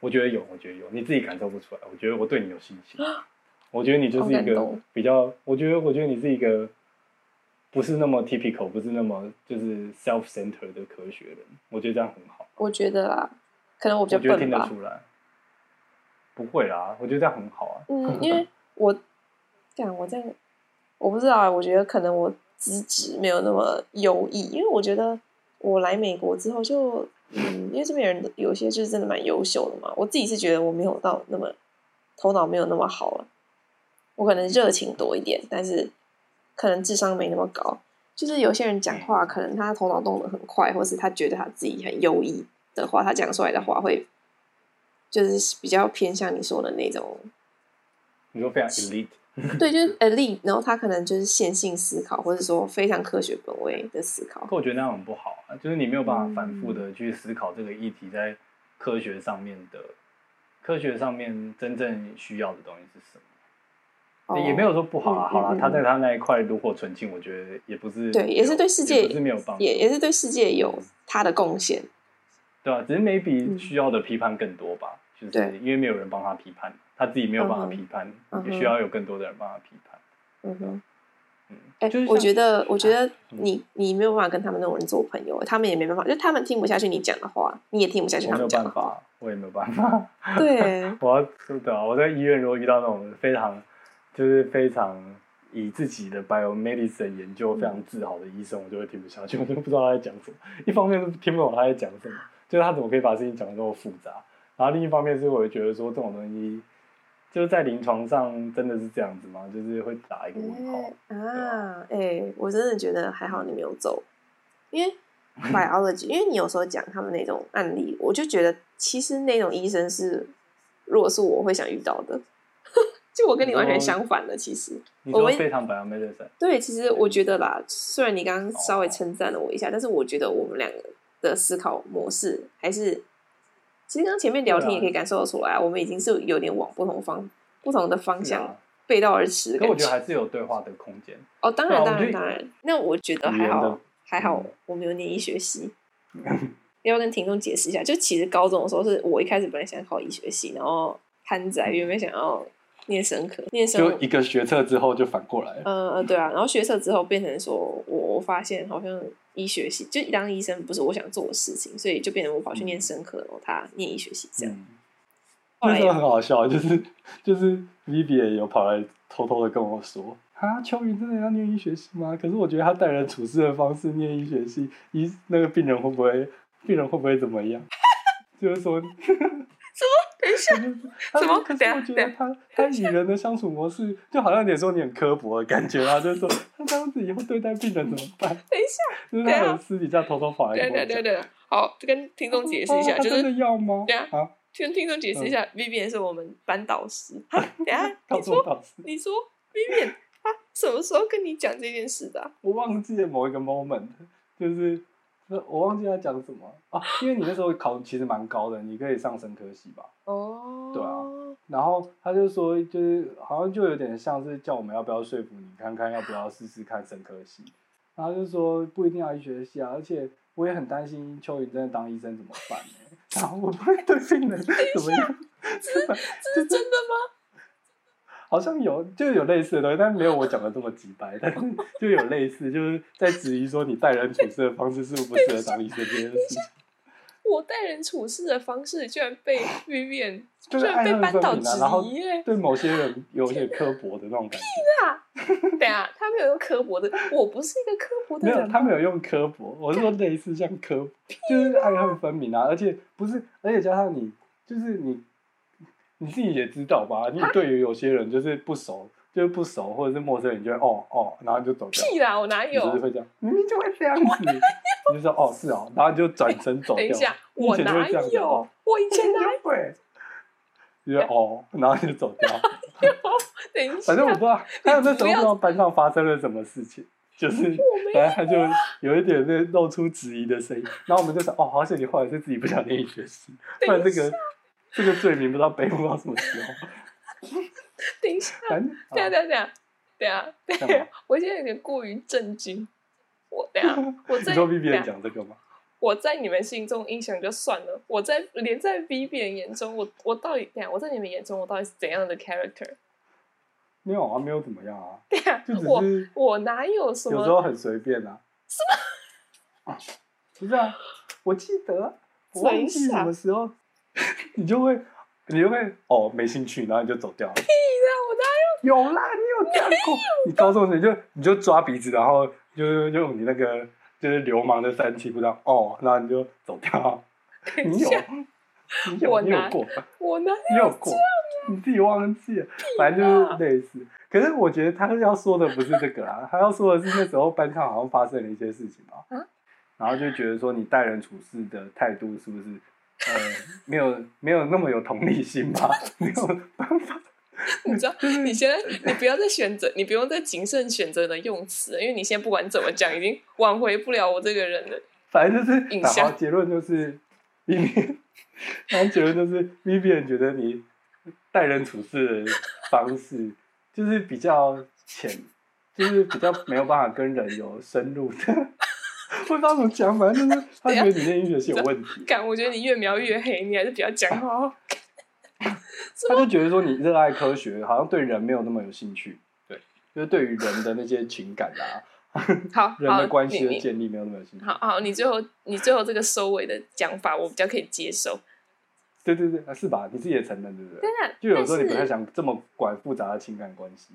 我觉得有，我觉得有，你自己感受不出来。我觉得我对你有信心，我觉得你就
啊
是
好
一
感
个
动
比较，我觉得我觉得你是一个不是那么 typical，不是那么就是 self center 的科学人。我觉得这样很好，
我觉得啦，可能我
我
比较
觉得
笨
听得
吧。
出来。不会啦，我觉得这样很好啊。
嗯，因为我，干我在，我不知道啊，我觉得可能我资质没有那么优异，因为我觉得我来美国之后就，嗯，因为这边人有些就是真的蛮优秀的嘛，我自己是觉得我没有到那么头脑没有那么好了、我可能热情多一点，但是可能智商没那么高。就是有些人讲话，可能他头脑动得很快，或是他觉得他自己很优异的话，他讲出来的话会就是比较偏向你说的那种
你说非常 elite，
对，就是 elite，然后他可能就是线性思考，或者说非常科学本位的思考。
可我觉得那样很不好啊，就是你没有办法反复
嗯
的去思考这个议题在科学上面的科学上面真正需要的东西是什么。
哦
也没有说不好
嗯
啦，好啦
嗯，嗯
他在他那一块炉火纯青，我觉得也不是
对，也是对世界
也不是没有帮助，
也也是对世界有他的贡献。
对啊，只是眉笔
嗯
需要的批判更多吧，就
对
是因为没有人帮他批判，他自己没有办法批判
嗯，哼
也需要有更多的人帮他批判。
嗯哼，哎、
嗯，就是
我
像啊嗯
觉得，我觉得你你没有办法跟他们那种人做朋友，他们也没办法，就他们听不下去你讲的话，你也听不下去
我
他
没有
们讲的
办
话。
法，我也没有办法。
对，
我要对的、啊，我在医院如果遇到那种非常就是非常以自己的 biomedicine 研究非常自豪的医生，我就会听不下去，我就不知道他在讲什么。一方面是听不懂他在讲什么，就是他怎么可以把事情讲得这么复杂，然后另一方面是我会觉得说这种东西就是在临床上真的是这样子吗？就是会打一个问号。
哎啊，哎、我真的觉得还好你没有走，因 为 biology，因为你有时候讲他们那种案例，我就觉得其实那种医生是，如果是我会想遇到的， 就我跟你完
哦
全相反的，其实。
你
我
说
会
非常 biomedicine，
对，其实我觉得啦，虽然你刚刚稍
哦
微称赞了我一下，但是我觉得我们两个的思考模式还是，其实刚前面聊天
对啊
也可以感受得出来啊，我们已经是有点往不同方、不同的方
是
向、
啊，
背道而驰的
可
感
我觉得还是有对话的空间。
哦，当
对
然，
啊
当
我觉
然，
得
当然。那我觉得
语
还
言
好
的，
还好
嗯，
我没有念医学系。要不要跟听众解释一下？就其实高中的时候，是我一开始本来想考医学系，然后潘仔原本想要念生科，念生
就一个学测之后就反过来了，
呃呃，对啊，然后学测之后变成说我，我发现好像医学系就当医生不是我想做的事情，所以就变成我跑去念生科，然后他念医学系这样。
嗯。
后
那
来
时候
也
很好笑，就是就是 Vivian 有跑来偷偷的跟我说，啊，秋雨真的要念医学系吗？可是我觉得他待人处事的方式，念医学系，医那个病人会不会，病人会不会怎么样？ 就是说，
等一下，
他
怎么
可是
等下
我觉得
等
他他与人的相处模式，就好像有点说你很刻薄的感觉啊，就是说他这样子以后对待病人怎么办？
等一下，
就是
对
他
啊
有私底下偷偷跑来
对
跟
对
我
对，
讲
对，好，跟听众解释一
啊
下，
他
就
真的
是
要吗
对啊？
啊，
跟听众解释一下，Vivian 是我们班导师。哈等一下，
告
你
诉我
说
导师，
你说 Vivian 他什么时候跟你讲这件事的啊？
我忘记了某一个 moment，就是呃我忘记他讲什么啊，因为你那时候考其实蛮高的，你可以上生科系吧。
哦，
对啊然后他就说，就是好像就有点像是叫我们要不要说服你，看看要不要试试看生科系。然后他就说不一定要医学系啊，而且我也很担心秋雨真的当医生怎么办呢？ 然后我不会对病人怎么样？
这是真的吗？
好像有就有类似的东西，但没有我讲的这么直白，但是就有类似，就是在质疑说你待人处事的方式是不是不适合当医生这件事情，
我待人处事的方式居然被 Vivian 居
就是
然
爱
被
恨
班
分
导
明啊，然后
质疑耶！
对某些人有一些刻薄的那种感觉。
等一下，他没有用刻薄的，我不是一个刻薄的
没有，
人。
他没有用刻薄，我是说类似像刻薄，就是爱恨分明啊，而且不是，而且加上你，就是你，你自己也知道吧，你对于有些人就是不熟，就是不熟或者是陌生人，你就会哦哦，然后你就走掉，
屁啦，我哪
你就是
有？
会这样，明明就会这样 子，你就说哦是哦，然后你就转身走掉。
等一下，
你
我
以前就会
哪
这样子
有
哦？
我以前哪
就会，你
哎
就哦，然后你就走 掉。
有？等一下，
反正我不知道，还有那时
你不
候不知
要
道班上发生了什么事情，就是
我没
反正他就有一点那露出质疑的声音，然后我们就想，哦，好险你后来是自己不想念医学系，不然这个这个罪名不知道背负到什么时候。
等一下，
反正
等一下，等一下，等一下，等一
干嘛
下，我现在有点过于震惊。我等一下，我
你
在
说 B
等
B
一
人
下
讲这个吗？
我在你们心中英雄就算了，我在连在 B B 人眼中，我我到底等一下我在你们眼中我到底是怎样的 character？
没有啊，没有怎么样啊，
等一下
就只
我
是
我哪有什
有时
么？
候很随便啊。是吗？不是啊，我记得啊，我忘
等一
记
下
什么时候， 你就会你就会哦没兴趣，然后你就走掉了。
我哪
有啦，你有这样 过？你高中时就你就抓鼻子，然后就就用你那个就是流氓的三七步道哦，然后你就走掉。
等
你
一
有啊
下，，
你有，
我
你有
拿
过，
我哪
你有过，你自己忘记了，反正就是类似。可是我觉得他要说的不是这个啦， 他要说的是那时候班上好像发生了一些事情吧，
啊
然后就觉得说你待人处事的态度是不是呃没有没有那么有同理心吧， 没有
你 知道？你现在你不要再选择，你不用再谨慎选择你的用词了，因为你现在不管怎么讲，已经挽回不了我这个人了。
反正就是，
影
然后
像
结论就是，B B，然后结论就是 B B 人觉得你待人处事的方式就是比较浅，就是比较没有办法跟人有深入的。 我不知道怎么讲，反正就是他觉得你念医学系有问题，
干，我觉得你越描越黑，你还是比较 讲好。
他就觉得说你热爱科学，好像对人没有那么有兴趣。对，就是对于人的那些情感啊，
好，
人
好
的关系
你
的
你
建立没有那么有兴趣。
好好，你最后你最后这个收尾的讲法，我比较可以接受。
对对对，是吧？你自己也承认，对不对？
但
就有时候你
但
不
是
太想这么管复杂的情感关系。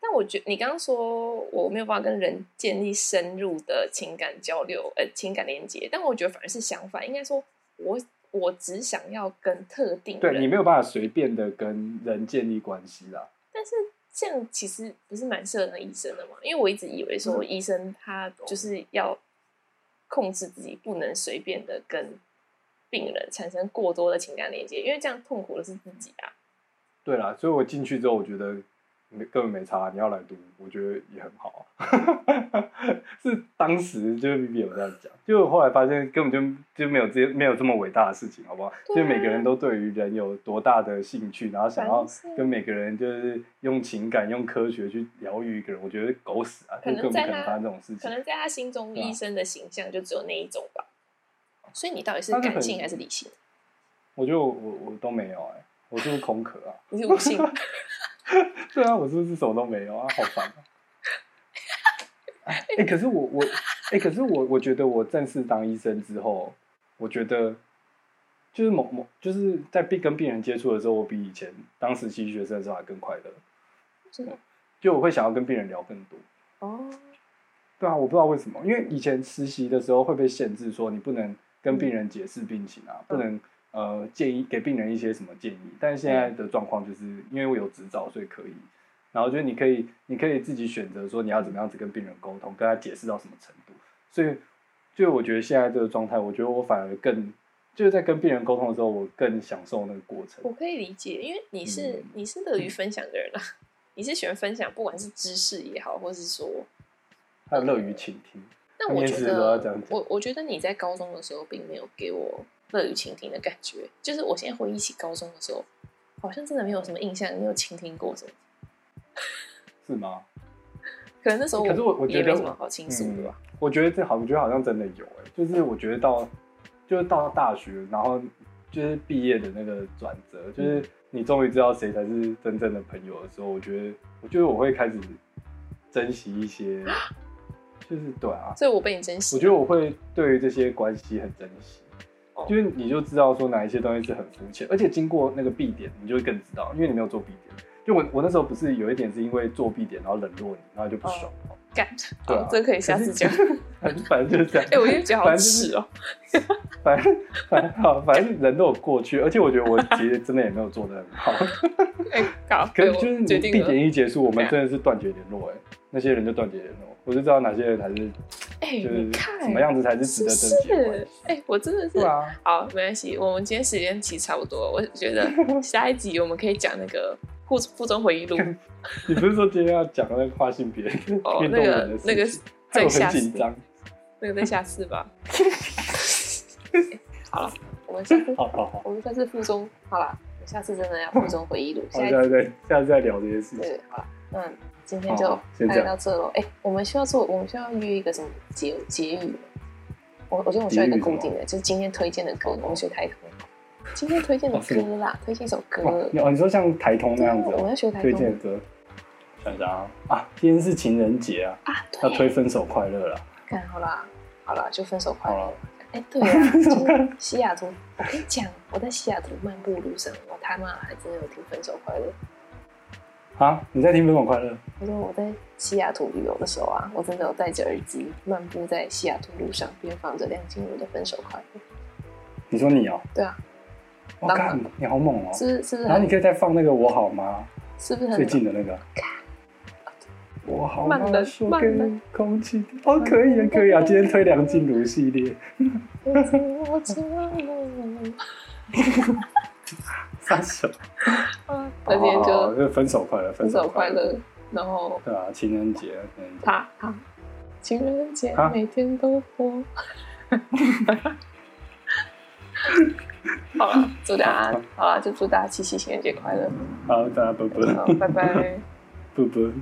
但我觉你刚刚说我没有办法跟人建立深入的情感交流，呃，情感连接，但我觉得反而是相反，应该说我我只想要跟特定
对你
人，
没有办法随便的跟人建立关系啦。
但是这样其实不是蛮适合当医生的嘛？因为我一直以为
嗯
说医生他就是要控制自己，不能随便的跟病人产生过多的情感连接，因为这样痛苦的是自己啊。
对啦，所以我进去之后，我觉得没根本没差。你要来读，我觉得也很好啊。 是当时就是 B B 有这样讲，就我后来发现根本就就没有这没有这么伟大的事情，好不好？
对啊
就每个人都对于人有多大的兴趣，然后想要
反正是
跟每个人就是用情感、用科学去疗愈一个人，我觉得狗屎啊，
可能
就根本不
在
可能
他
发生这种事
可
情。
能在他心中，
嗯对啊
医生的形象就只有那一种吧。所以你到底是
但是
感
很
性还是理 性？
我觉得我我我都没有哎、我是不是空壳啊？
你是无性？
对啊，我是不是什么都没有啊？好烦啊！哎、可是我我哎、可是我我觉得我正式当医生之后，我觉得就是某某就是在病跟病人接触的时候，我比以前当实习学生的时候还更快乐。
真的
就我会想要跟病人聊更多。
哦，
对啊，我不知道为什么，因为以前实习的时候会被限制说你不能跟病人解释病情啊，不能呃建议给病人一些什么建议。但是现在的状况就是因为我有执照，所以可以。然后就是你可以，你可以自己选择说你要怎么样子跟病人沟通，跟他解释到什么程度。所以，就我觉得现在这个状态，我觉得我反而更就是在跟病人沟通的时候，我更享受那个过程。
我可以理解，因为你是、
嗯
你是乐于分享的人啊，你是喜欢分享，不管是知识也好，或是说，
还有乐于倾听，
但我
面
觉
试的时候要这
得
样，讲
我我觉得你在高中的时候并没有给我乐于倾听的感觉，就是我现在回忆起高中的时候，好像真的没有什么印象，你有倾听过什么？
是吗？
可能那时候
可是我我嗯
也
觉
没
得
什么好倾诉的吧。
我觉得这好，我觉得好像真的有哎、就是我觉得到就是到大学，然后就是毕业的那个转折，
嗯
就是你终于知道谁才是真正的朋友的时候，我觉得，我觉得我会开始珍惜一些，就是对啊，
所以我被你珍惜。
我觉得我会对于这些关系很珍惜
哦，
因为你就知道说哪一些东西是很肤浅，而且经过那个必点，你就会更知道，因为你没有做必点。就我我那时候不是有一点是因为做必点，然后冷落你，然后就
哦
不爽。
干，
对啊
好这个可以下次讲。
反正反正就是 这样。
哎、我就觉得好
反正就是
耻哦、
反正反正好，反正人都有过去，而且我觉得我其实真的也没有做的很好。
哎、好，
可
对
是
我
就是
决
你
定
必
了。啊
点一结束，我们真的是断绝联络、哎，那些人就断绝联络，我就知道哪些人才是
哎、
就是
你看
什么样子才是
是
值
不
得
是
珍惜的关系。？
哎、我真的是
对。啊，
好，没关系，我们今天时间其实差不多，我觉 得下一集我们可以讲那个附附中回忆录
你不是说今天要讲那个跨性别 运
哦，
动
那
人
个
的事情？
那个
害
再
我
下
很
次
紧，张。
那个再下次 吧。哎好了，我们下次
好好好，
我们下次附中好了，我们下次真的要附中回忆录，
好，
下一
下
集
次再下次再聊这些事情。
对，好了，那今天就
好先
大
这
概到
样
这喽。哎、我们需要做，我们需要约一个什么结结语吗？我我觉得我们需要一个固定的，就是今天推荐的歌，我们学台通。今天推荐的
哦是吗
歌啦，推荐一首歌。
哦，你哦你说像台通那
对啊
样子
我
哦、
们要学台
推荐的
通
歌，想想啊，啊，今天是情人节啊，
啊，
要推
对，
分手快乐啦。
看好啦，好啦，就分手快
好
乐
了。。
哎、对啊，就是西雅图，我跟你讲，我在西雅图漫步路上，我他妈还真的有听《分手快乐》。
啊，你在听《分手快乐》？
我说我在西雅图旅游的时候啊，我真的有戴着耳机漫步在西雅图路上，边放着梁静茹的《分手快乐
你说你哦、》。
对啊，
我
当
看、
然
你好猛哦、
是啊不是是不是
然后你
很
可以再放那个我好吗？
是不是
最
很
近的那个。我好吗
慢？的
说
慢的
给空气。哦，可以啊，可以啊，今天推梁静茹系 列。三首。
啊 那今天
好好好
就
哦就分手快乐，
分手快
乐。
乐，然后
对啊，情人节，情人节
他他情人节
啊
每天都 播。好了，祝大家好 了，就祝大家七夕情人节快乐，
好，大家啵啵
好拜拜。
啵啵。